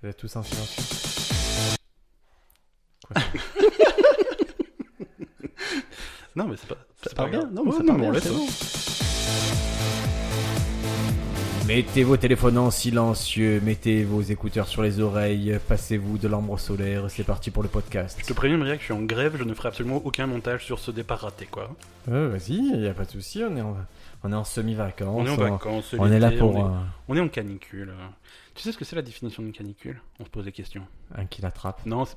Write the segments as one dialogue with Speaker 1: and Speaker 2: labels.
Speaker 1: Vous êtes tous en silencieux.
Speaker 2: Non, mais c'est pas, c'est
Speaker 1: pas
Speaker 2: pas bien.
Speaker 1: grave.
Speaker 2: Non, mais
Speaker 1: Ouais,
Speaker 2: c'est
Speaker 1: non,
Speaker 2: pas
Speaker 1: mais
Speaker 2: bien.
Speaker 1: on
Speaker 2: c'est
Speaker 1: laisse,
Speaker 2: bon.
Speaker 1: Mettez vos téléphones en silencieux, mettez vos écouteurs sur les oreilles, passez-vous de l'ambre solaire, c'est parti pour le podcast.
Speaker 2: Je te préviens, Maria, que je suis en grève, je ne ferai absolument aucun montage sur ce départ raté, quoi.
Speaker 1: Ouais, Vas-y, y a pas de souci, on est en, on est en semi-vacances.
Speaker 2: on est en vacances, c'est
Speaker 1: on est là
Speaker 2: l'été,
Speaker 1: pour
Speaker 2: On est,
Speaker 1: euh,
Speaker 2: on est en canicule. Tu sais ce que c'est la définition d'une canicule On se pose des questions.
Speaker 1: un qui l'attrape.
Speaker 2: Non, c'est-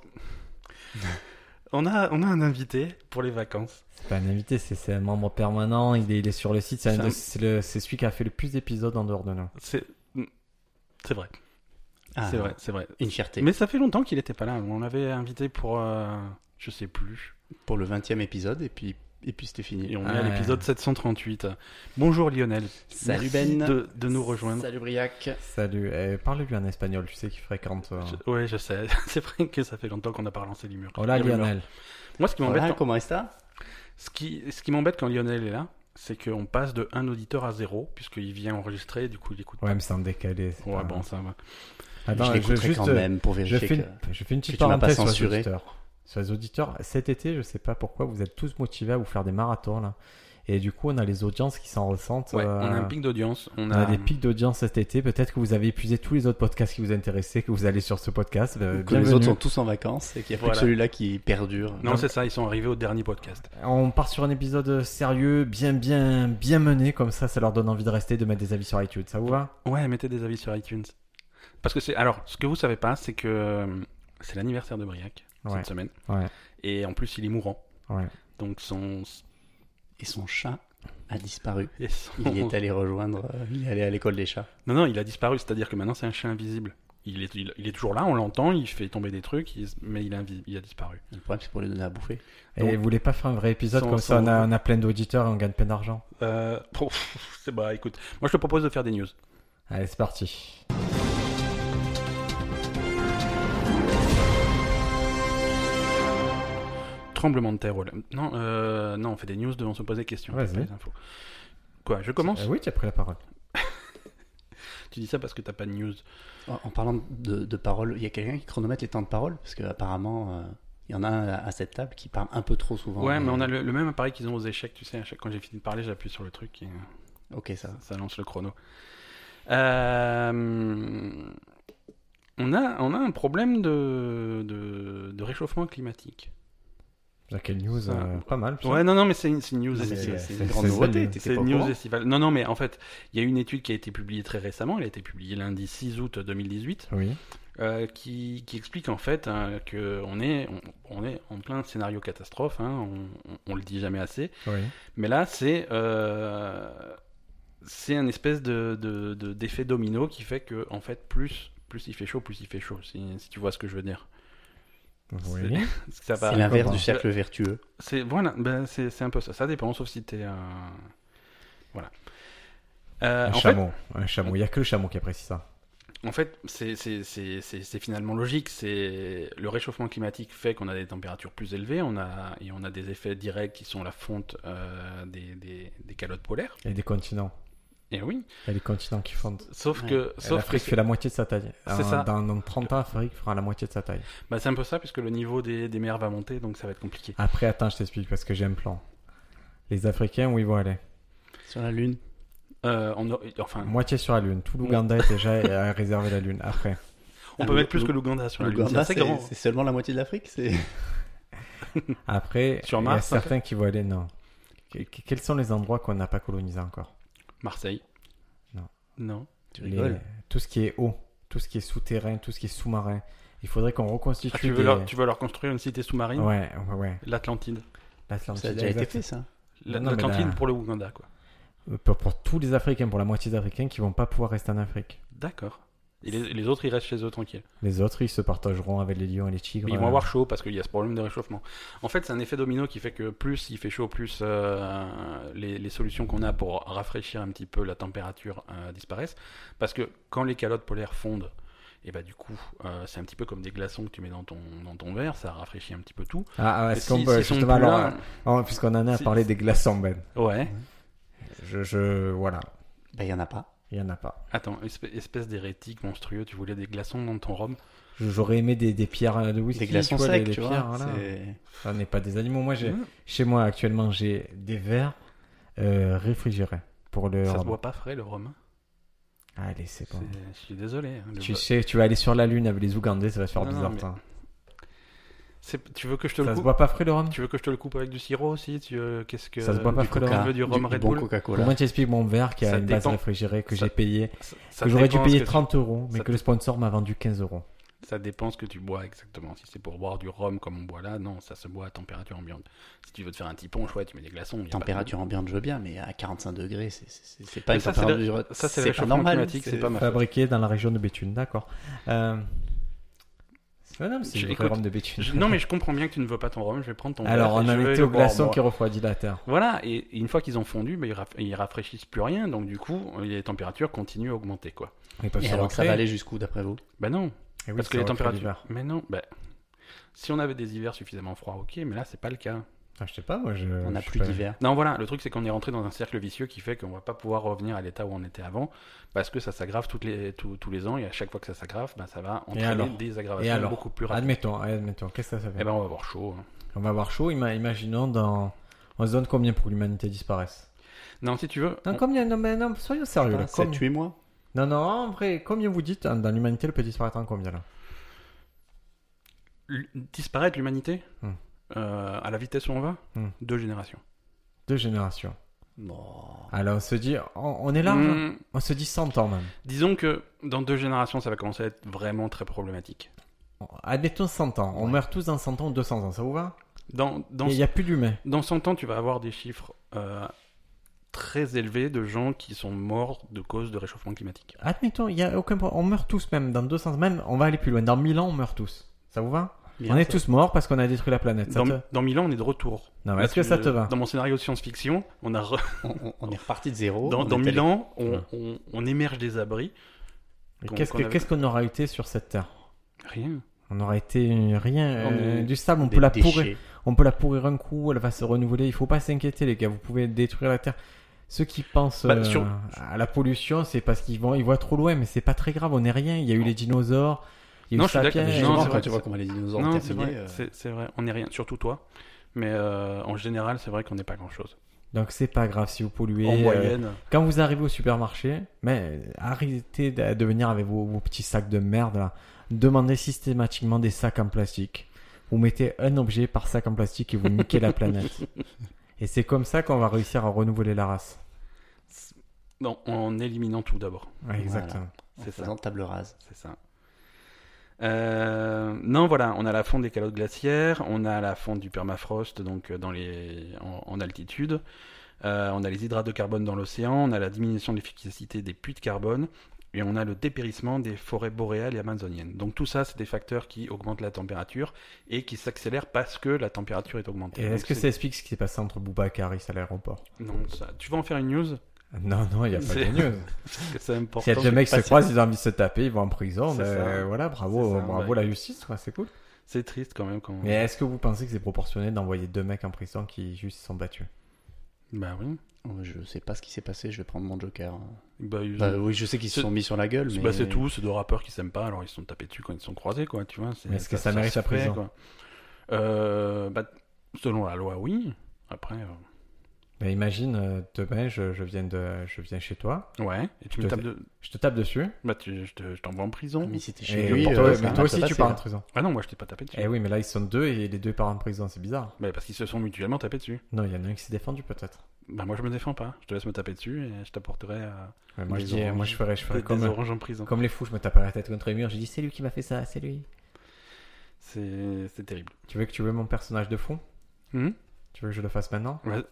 Speaker 2: on, a, on a un invité pour les vacances.
Speaker 1: C'est pas un invité, c'est c'est un membre permanent, il est, il est sur le site, c'est un
Speaker 2: C'est
Speaker 1: de-
Speaker 2: un-
Speaker 1: c'est le- c'est celui qui a fait le plus d'épisodes en dehors de nous.
Speaker 2: C'est hmm, c'est vrai.
Speaker 3: Ah.
Speaker 2: c'est vrai, c'est vrai.
Speaker 3: Une fierté.
Speaker 2: Mais ça fait longtemps qu'il n'était pas là. On l'avait invité pour. euh, je sais plus.
Speaker 3: Pour le 20 e épisode, et puis, et puis c'était fini.
Speaker 2: Et on est
Speaker 1: Ah
Speaker 2: à
Speaker 1: ouais.
Speaker 2: l'épisode 738. Bonjour Lionel.
Speaker 3: Salut
Speaker 2: Merci
Speaker 3: Ben.
Speaker 2: De, de nous rejoindre.
Speaker 3: Salut Briac.
Speaker 1: Salut, eh, parle-lui en espagnol, tu sais qu'il fréquente. euh,
Speaker 2: Je- ouais, je sais. C'est vrai que ça fait longtemps qu'on n'a pas relancé les murs.
Speaker 1: Hola
Speaker 2: Les rumeurs.
Speaker 1: Oh Lionel.
Speaker 2: Moi, ce qui m'embête,
Speaker 3: Hola,
Speaker 2: quand-
Speaker 3: comment est-ce ça
Speaker 2: ce qui, ce qui m'embête quand Lionel est là, c'est qu'on passe de un auditeur à zéro, puisqu'il vient enregistrer, du coup, il écoute.
Speaker 1: Ouais, mais c'est en décalé. c'est
Speaker 2: Ouais,
Speaker 1: pas-
Speaker 2: bon, ça va.
Speaker 1: Attends,
Speaker 3: Je l'écouterai
Speaker 1: juste,
Speaker 3: quand
Speaker 1: euh,
Speaker 3: même pour
Speaker 1: Je
Speaker 3: vérifier
Speaker 1: fais,
Speaker 3: que...
Speaker 1: une, je fais une petite
Speaker 3: que tu m'as
Speaker 1: parenthèse
Speaker 3: pas
Speaker 1: sur les
Speaker 3: censuré.
Speaker 1: auditeurs. Sur les auditeurs, cet été, je sais pas pourquoi, vous êtes tous motivés à vous faire des marathons là. Et du coup, on a les audiences qui s'en ressentent.
Speaker 2: Ouais,
Speaker 1: euh,
Speaker 2: on a un pic d'audience. On,
Speaker 1: on a des pics d'audience cet été. Peut-être que vous avez épuisé tous les autres podcasts qui vous intéressaient, que vous allez sur ce podcast. Euh,
Speaker 3: que les autres
Speaker 1: bienvenue.
Speaker 3: sont tous en vacances et qu'il n'y a plus
Speaker 2: Voilà.
Speaker 3: que celui-là qui perdure.
Speaker 2: Non, c'est ça, ils sont arrivés au dernier podcast.
Speaker 1: On part sur un épisode sérieux, bien, bien, bien mené. Comme ça, ça leur donne envie de rester, de mettre des avis sur iTunes. Ça vous va
Speaker 2: Ouais, mettez des avis sur iTunes. Parce que c'est. Alors, ce que vous savez pas, c'est que euh, c'est l'anniversaire de Briac
Speaker 1: Ouais.
Speaker 2: cette semaine.
Speaker 1: Ouais.
Speaker 2: Et en plus, il est mourant.
Speaker 1: Ouais.
Speaker 2: Donc, son.
Speaker 3: Et son chat a disparu.
Speaker 2: et son-
Speaker 3: Il est allé rejoindre, euh, il est allé à l'école des chats.
Speaker 2: Non, non, il a disparu, c'est-à-dire que maintenant c'est un chien invisible. Il est, il, il est toujours là, on l'entend, il fait tomber des trucs, il- mais il, est invi- il a disparu.
Speaker 3: Le problème, c'est pour lui donner à bouffer.
Speaker 1: Et
Speaker 2: Donc-
Speaker 1: vous voulez pas faire un vrai épisode
Speaker 2: Sans-
Speaker 1: comme ça
Speaker 2: sans-
Speaker 1: on a, on a plein d'auditeurs et on gagne plein d'argent
Speaker 2: Euh, pouf, c'est bah écoute, moi je te propose de faire des news.
Speaker 1: Allez, c'est parti.
Speaker 2: Tremblement de terre, voilà. Non, euh, non, on fait des news, de, on se pose des questions.
Speaker 1: Vas-y.
Speaker 2: pas des infos. Quoi, je commence
Speaker 1: Euh, oui, tu as pris la parole.
Speaker 2: Tu dis ça parce que t'as pas de news.
Speaker 3: En en parlant de, de parole, il y a quelqu'un qui chronomètre les temps de parole Parce qu'apparemment, il y en a un à à cette table qui parle un peu trop souvent.
Speaker 2: Ouais, mais on a le, le même appareil qu'ils ont aux échecs, tu sais, à chaque- quand j'ai fini de parler, j'appuie sur le truc et euh,
Speaker 3: Ok, ça. va.
Speaker 2: ça lance le chrono. Euh, on, a, on a un problème de- de, de réchauffement climatique.
Speaker 1: Quelle news,
Speaker 2: Ça-
Speaker 1: euh, pas mal. ça.
Speaker 2: Ouais, non, non, mais c'est une, c'est une news.
Speaker 3: Non, mais
Speaker 2: estivale.
Speaker 3: C'est
Speaker 1: c'est-
Speaker 3: c'est une
Speaker 1: c'est-
Speaker 3: grande
Speaker 1: c'est-
Speaker 3: nouveauté.
Speaker 2: C'est
Speaker 3: t'étais pas
Speaker 2: une
Speaker 3: au
Speaker 2: news
Speaker 3: courant.
Speaker 2: estivale. Non, non, mais en fait, il y a une étude qui a été publiée très récemment. Elle a été publiée lundi 6 août 2018,
Speaker 1: Oui.
Speaker 2: euh, qui, qui explique en fait hein, que on est, on, on est en plein scénario catastrophe. hein, on, on- on le dit jamais assez.
Speaker 1: Oui.
Speaker 2: Mais là, c'est euh, c'est un espèce de de- de- d'effet domino qui fait que en fait, plus plus il fait chaud, plus il fait chaud. Si, si tu vois ce que je veux dire.
Speaker 1: Oui.
Speaker 2: Ça va-
Speaker 3: C'est l'inverse
Speaker 1: Comment
Speaker 3: du cercle vertueux.
Speaker 2: c'est voilà, ben c'est c'est un peu ça. Ça dépend, sauf si t'es un voilà. Euh,
Speaker 1: Un
Speaker 2: en, fait,
Speaker 1: chameau. Un chameau. Il y a que le chameau qui apprécie ça.
Speaker 2: en fait, c'est- c'est- c'est c'est- c'est finalement logique. C'est le réchauffement climatique fait qu'on a des températures plus élevées, on a et on a des effets directs qui sont la fonte euh, des, des, des calottes polaires.
Speaker 1: Il y a des continents.
Speaker 2: Et oui,
Speaker 1: Il y a des continents qui fondent.
Speaker 2: sauf
Speaker 3: Ouais.
Speaker 2: que
Speaker 1: Sauf
Speaker 2: sauf que
Speaker 1: L'Afrique fait la moitié de sa taille.
Speaker 2: C'est
Speaker 1: En-
Speaker 2: ça.
Speaker 1: Dans, dans 30 ans, l'Afrique fera la moitié de sa taille.
Speaker 2: bah, c'est un peu ça puisque le niveau des, des mers va monter, donc ça va être compliqué.
Speaker 1: Après, attends, je t'explique parce que j'ai un plan. Les Africains, où ils vont aller
Speaker 3: Sur la Lune.
Speaker 2: Euh, on a- enfin,
Speaker 1: Moitié sur la Lune. Tout l'Ouganda est déjà à réserver la Lune. Après,
Speaker 2: on
Speaker 3: Ah,
Speaker 2: peut
Speaker 3: le-
Speaker 2: mettre plus
Speaker 3: le-
Speaker 2: que l'Ouganda sur la Lune. C'est
Speaker 3: L'Ouganda,
Speaker 2: assez
Speaker 3: c'est
Speaker 2: grand.
Speaker 3: c'est seulement la moitié de l'Afrique. C'est
Speaker 1: après
Speaker 2: Sur
Speaker 1: il y a
Speaker 2: Mars, en fait
Speaker 1: certains qui vont aller. Non. Que- que- Quels sont les endroits qu'on n'a pas colonisés encore
Speaker 2: Marseille.
Speaker 1: Non.
Speaker 2: Non.
Speaker 3: Tu
Speaker 1: Les- euh,
Speaker 3: rigoles.
Speaker 1: Tout ce qui est eau, tout ce qui est souterrain, tout ce qui est sous-marin. Il faudrait qu'on reconstitue.
Speaker 2: Ah, tu, veux
Speaker 1: des-
Speaker 2: leur, tu veux leur construire une cité sous-marine
Speaker 1: Ouais, ouais, ouais.
Speaker 2: L'Atlantide.
Speaker 1: L'Atlantique,
Speaker 3: Ça a déjà été
Speaker 1: exact.
Speaker 3: fait, ça.
Speaker 2: La-
Speaker 1: Non, mais
Speaker 2: L'Atlantide
Speaker 1: la-
Speaker 2: pour le Ouganda, quoi.
Speaker 1: Euh, Pour, pour tous les Africains, pour la moitié des Africains qui vont pas pouvoir rester en Afrique.
Speaker 2: D'accord. Et les, les autres, ils restent chez eux tranquilles.
Speaker 1: Les autres, ils se partageront avec les lions et les tigres.
Speaker 2: Mais ils vont avoir chaud parce qu'il y a ce problème de réchauffement. En fait, c'est un effet domino qui fait que plus il fait chaud, plus euh, les, les solutions qu'on a pour rafraîchir un petit peu la température euh, disparaissent. Parce que quand les calottes polaires fondent, et bah du coup, euh, c'est un petit peu comme des glaçons que tu mets dans ton, dans ton verre, ça rafraîchit un petit peu tout.
Speaker 1: Ah, ah,
Speaker 2: Et
Speaker 1: est-ce qu'on
Speaker 2: si-
Speaker 1: peut
Speaker 2: s'ils sont
Speaker 1: justement
Speaker 2: plus
Speaker 1: alors,
Speaker 2: là-
Speaker 1: euh, oh, puisqu'on en a
Speaker 2: Si-
Speaker 1: parlé des glaçons, Ben.
Speaker 2: Ouais.
Speaker 1: Je, je voilà.
Speaker 3: Ben, il n'y en a pas.
Speaker 1: Il y en a pas.
Speaker 2: Attends, esp- espèce d'hérétique monstrueux, tu voulais des glaçons dans ton rhum
Speaker 1: Je- J'aurais aimé des, des pierres euh, de whisky.
Speaker 3: Des glaçons
Speaker 1: tu vois,
Speaker 3: secs,
Speaker 1: des- des
Speaker 3: tu vois.
Speaker 1: pierres, voilà.
Speaker 3: c'est-
Speaker 1: Ça n'est pas des animaux. Moi, j'ai
Speaker 2: Mmh.
Speaker 1: chez moi actuellement, j'ai des verres euh, réfrigérés pour le.
Speaker 2: Ça se
Speaker 1: rhum.
Speaker 2: boit pas frais le rhum.
Speaker 1: Allez, c'est bon.
Speaker 2: C'est- Je suis désolé. hein, le-
Speaker 1: Tu sais, tu vas aller sur la lune avec les Ougandais, ça va se faire
Speaker 2: Non, non,
Speaker 1: bizarre.
Speaker 2: mais
Speaker 1: toi.
Speaker 2: C'est- Tu veux que je
Speaker 1: Ça
Speaker 2: te le
Speaker 1: se
Speaker 2: coupe
Speaker 1: boit pas frais le rhum
Speaker 2: Tu veux que je te le coupe avec du sirop aussi Tu, euh, Qu'est-ce que
Speaker 1: Ça se boit pas hein.
Speaker 2: du
Speaker 1: frais,
Speaker 2: coca,
Speaker 1: là.
Speaker 2: tu veux du rhum
Speaker 3: du
Speaker 2: Red
Speaker 3: bon
Speaker 2: Bull
Speaker 1: Comment
Speaker 3: Coca-Cola.
Speaker 1: t'expliques mon verre qui a
Speaker 2: Ça
Speaker 1: une base
Speaker 2: dépend.
Speaker 1: réfrigérée que
Speaker 2: Ça-
Speaker 1: j'ai payé
Speaker 2: Ça- ça
Speaker 1: que J'aurais dû
Speaker 2: dépend ce
Speaker 1: payer
Speaker 2: que tu-
Speaker 1: 30 euros, mais
Speaker 2: ça
Speaker 1: que le sponsor m'a vendu 15 euros.
Speaker 2: Ça dépend ce que tu bois exactement. Si c'est pour boire du rhum comme on boit là, non, ça se boit à température ambiante. Si tu veux te faire un petit punch, ouais, tu mets des glaçons. y a pas de-
Speaker 3: Température ambiante, je veux bien, mais à 45 degrés, c'est- c'est c'est pas
Speaker 2: Mais
Speaker 3: une
Speaker 2: ça, c'est le-
Speaker 3: température.
Speaker 2: ça, c'est le
Speaker 3: pas
Speaker 2: réchauffement
Speaker 3: normal,
Speaker 2: climatique, c'est pas ma faute.
Speaker 1: Fabriqué dans la région de Béthune, d'accord. Euh... Ah non, mais c'est
Speaker 2: Je-
Speaker 1: le vrai
Speaker 2: écoute,
Speaker 1: rhum de Béthune.
Speaker 2: Je- Non, mais je comprends bien que tu ne veux pas ton rhum, je vais prendre ton
Speaker 1: Alors,
Speaker 2: verre
Speaker 1: on
Speaker 2: et je
Speaker 1: en
Speaker 2: vais
Speaker 1: était
Speaker 2: le
Speaker 1: au
Speaker 2: boire,
Speaker 1: glaçon
Speaker 2: moi.
Speaker 1: qui refroidit la terre.
Speaker 2: Voilà, et et une fois qu'ils ont fondu, bah, ils, raf- ils rafraîchissent plus rien, donc du coup, les températures continuent à augmenter, quoi.
Speaker 1: Ils peuvent
Speaker 3: Et
Speaker 1: se
Speaker 3: alors, ça
Speaker 1: recréer.
Speaker 3: va aller jusqu'où d'après vous
Speaker 2: Bah non,
Speaker 1: Eh oui,
Speaker 2: parce
Speaker 1: ça
Speaker 2: que les
Speaker 1: recrée
Speaker 2: températures...
Speaker 1: l'hiver.
Speaker 2: Mais non, bah... Si on avait des hivers suffisamment froids, ok, mais là, c'est pas le cas.
Speaker 1: Ah, je sais pas, moi je.
Speaker 3: On n'a
Speaker 1: je
Speaker 3: plus
Speaker 1: sais pas.
Speaker 3: d'hiver.
Speaker 2: Non, voilà, le truc, c'est qu'on est rentré dans un cercle vicieux qui fait qu'on va pas pouvoir revenir à l'état où on était avant, parce que ça s'aggrave toutes les... tous- tous les ans, et à chaque fois que ça s'aggrave, bah, ça va
Speaker 1: alors
Speaker 2: entraîner des
Speaker 1: Et
Speaker 2: aggravations
Speaker 1: alors Ah,
Speaker 2: beaucoup plus rapides.
Speaker 1: Admettons, admettons, qu'est-ce que ça fait
Speaker 2: Eh ben, on va avoir chaud. hein.
Speaker 1: On va avoir chaud, ima- imaginons dans. On se donne combien pour que l'humanité disparaisse
Speaker 2: Non, si tu veux...
Speaker 1: Non,
Speaker 2: on-
Speaker 1: combien Non, mais non, soyons sérieux. là. Combien-
Speaker 3: 7-8 mois
Speaker 1: Non, non, en vrai, combien vous dites hein, dans l'humanité, elle peut disparaître en combien là
Speaker 2: l- Disparaître l'humanité
Speaker 1: Hmm.
Speaker 2: euh, à la vitesse où on va
Speaker 1: Hmm.
Speaker 2: Deux générations.
Speaker 1: Deux générations.
Speaker 3: Bon.
Speaker 1: Alors on se dit, on, on est large, hein.
Speaker 2: Hmm.
Speaker 1: on se dit 100 ans même.
Speaker 2: Disons que dans deux générations, ça va commencer à être vraiment très problématique.
Speaker 1: Admettons 100 ans, on meurt tous dans 100 ans ou 200 ans, ça vous va
Speaker 2: Dans, dans,
Speaker 1: Il n'y a plus d'humains.
Speaker 2: dans 100 ans, tu vas avoir des chiffres euh, très élevés de gens qui sont morts de cause de réchauffement climatique.
Speaker 1: Admettons, il y a aucun problème, on meurt tous même dans 200 ans, même on va aller plus loin, dans 1000 ans on meurt tous. Ça vous va On est tous morts parce qu'on a détruit la planète. ça
Speaker 2: Dans,
Speaker 1: te-
Speaker 2: dans 1000 ans, on est de retour.
Speaker 1: Non, mais
Speaker 2: Là,
Speaker 1: est-ce que
Speaker 2: tu-
Speaker 1: ça te va
Speaker 2: Dans mon scénario de science-fiction, on a re-
Speaker 3: On, on- on est reparti de
Speaker 1: Oh,
Speaker 3: zéro.
Speaker 2: dans,
Speaker 3: on
Speaker 2: dans
Speaker 3: est
Speaker 2: 1000
Speaker 3: allé-
Speaker 2: ans, on,
Speaker 1: Ouais.
Speaker 2: on- on émerge des abris.
Speaker 1: Mais
Speaker 2: qu'on-
Speaker 1: Qu'est-ce que-
Speaker 2: qu'on avait-
Speaker 1: qu'est-ce qu'on aura été sur cette terre
Speaker 2: Rien.
Speaker 1: on aura été rien,
Speaker 2: On
Speaker 1: euh,
Speaker 2: est
Speaker 1: du sable, on
Speaker 3: des
Speaker 1: peut, la
Speaker 3: déchets.
Speaker 1: pourrir, on peut la pourrir un coup, elle va se renouveler, il faut pas s'inquiéter les gars, vous pouvez détruire la Terre. Ceux qui pensent
Speaker 2: Bah,
Speaker 1: euh,
Speaker 2: sur-
Speaker 1: à la pollution, c'est parce qu'ils vont, ils voient trop loin, mais c'est pas très grave, on n'est rien, il y a eu les dinosaures, il y a eu
Speaker 2: Non, je suis
Speaker 1: Sapiens,
Speaker 2: d'accord,
Speaker 1: il y a eu
Speaker 2: non,
Speaker 1: les
Speaker 2: c'est
Speaker 3: Justement,
Speaker 1: gens.
Speaker 3: quand
Speaker 2: vrai,
Speaker 3: tu vois comment les dinosaures ont
Speaker 2: Non, c'est
Speaker 3: terminé,
Speaker 2: vrai,
Speaker 3: euh,
Speaker 2: c'est- c'est vrai, on n'est rien, surtout toi. Mais euh, en général, c'est vrai qu'on n'est pas grand-chose.
Speaker 1: Donc c'est pas grave si vous polluez.
Speaker 2: En
Speaker 1: euh,
Speaker 2: moyenne.
Speaker 1: quand vous arrivez au supermarché, mais euh, arrêtez de de venir avec vos, vos petits sacs de merde là. Demandez systématiquement des sacs en plastique. Vous mettez un objet par sac en plastique et vous niquez la planète. Et c'est comme ça qu'on va réussir à renouveler la race.
Speaker 2: Non, en éliminant tout d'abord.
Speaker 1: Ouais, exactement.
Speaker 3: en
Speaker 2: C'est ça.
Speaker 3: faisant table rase.
Speaker 2: C'est ça. Euh, non, voilà, on a la fonte des calottes glaciaires, on a la fonte du permafrost donc euh, dans les, en, en altitude, euh, on a les hydrates de carbone dans l'océan, on a la diminution de l'efficacité des puits de carbone, et on a le dépérissement des forêts boréales et amazoniennes. Donc tout ça, c'est des facteurs qui augmentent la température et qui s'accélèrent parce que la température est augmentée.
Speaker 1: Et
Speaker 2: Donc,
Speaker 1: est-ce que ça
Speaker 2: c'est-
Speaker 1: explique ce qui s'est passé entre Booba et Caris à l'aéroport
Speaker 2: Non, ça... tu vas en faire une news
Speaker 1: Non, non, il n'y a pas
Speaker 2: C'est-
Speaker 1: de news.
Speaker 2: Parce que C'est important.
Speaker 1: S'il y a deux mecs qui se
Speaker 3: passer-
Speaker 1: croisent, ils ont envie de se taper, ils vont en prison.
Speaker 2: C'est
Speaker 1: ben,
Speaker 2: ça.
Speaker 1: euh, voilà, bravo,
Speaker 2: C'est ça,
Speaker 1: bravo
Speaker 2: ouais.
Speaker 1: la justice, quoi, c'est cool.
Speaker 2: C'est triste quand même. Quand...
Speaker 1: Mais est-ce que vous pensez que c'est proportionné d'envoyer deux mecs en prison qui juste se sont battus
Speaker 2: Bah oui.
Speaker 3: Je sais pas ce qui s'est passé, je vais prendre mon joker.
Speaker 2: Bah, ils-
Speaker 3: Bah oui, je sais qu'ils se
Speaker 2: C'est-
Speaker 3: sont mis sur la gueule, mais...
Speaker 2: Bah, c'est tout, c'est deux rappeurs qui s'aiment pas, alors ils se sont tapés dessus quand ils se sont croisés, quoi, tu vois. c'est-
Speaker 1: Mais est-ce que ça mérite
Speaker 2: se
Speaker 1: la
Speaker 2: fait,
Speaker 1: prison
Speaker 2: quoi. Euh, bah, Selon la loi, oui. Après, euh,
Speaker 1: Ben, imagine, euh, demain, je, je viens de, je viens chez toi,
Speaker 2: ouais. Et tu
Speaker 1: Je
Speaker 2: me
Speaker 1: te
Speaker 2: tapes de...
Speaker 1: je te tape dessus,
Speaker 2: Bah, tu- je te- je t'envoie en
Speaker 3: Ah,
Speaker 2: prison.
Speaker 3: Mais si t'es
Speaker 1: et
Speaker 3: chez lui,
Speaker 1: pour
Speaker 3: euh,
Speaker 1: toi,
Speaker 3: ça
Speaker 1: mais toi
Speaker 3: va mal
Speaker 1: aussi
Speaker 3: se
Speaker 1: tu
Speaker 3: passer,
Speaker 1: pars en
Speaker 3: là.
Speaker 1: prison.
Speaker 2: Ah non, moi je t'ai pas tapé dessus.
Speaker 1: Eh oui, mais là, ils sont deux et les deux partent en prison, c'est bizarre.
Speaker 2: Bah, parce qu'ils se sont mutuellement tapés dessus.
Speaker 1: Non, il y en a un qui s'est défendu peut-être.
Speaker 2: Bah, moi je me défends pas. Je te laisse me taper dessus et je t'apporterai euh,
Speaker 1: Mais Moi, je
Speaker 3: Des
Speaker 1: dis,
Speaker 3: oranges.
Speaker 1: moi, je ferais, je
Speaker 2: des,
Speaker 1: ferais
Speaker 2: des
Speaker 1: comme,
Speaker 2: oranges en prison.
Speaker 1: comme les fous, je me taperais la tête contre les murs, je dis, c'est lui qui m'a fait ça, c'est lui.
Speaker 2: C'est c'est terrible.
Speaker 1: Tu veux que tu veux mon personnage de fou Hmm
Speaker 2: Hum
Speaker 1: Tu veux que je le fasse maintenant
Speaker 2: Vas-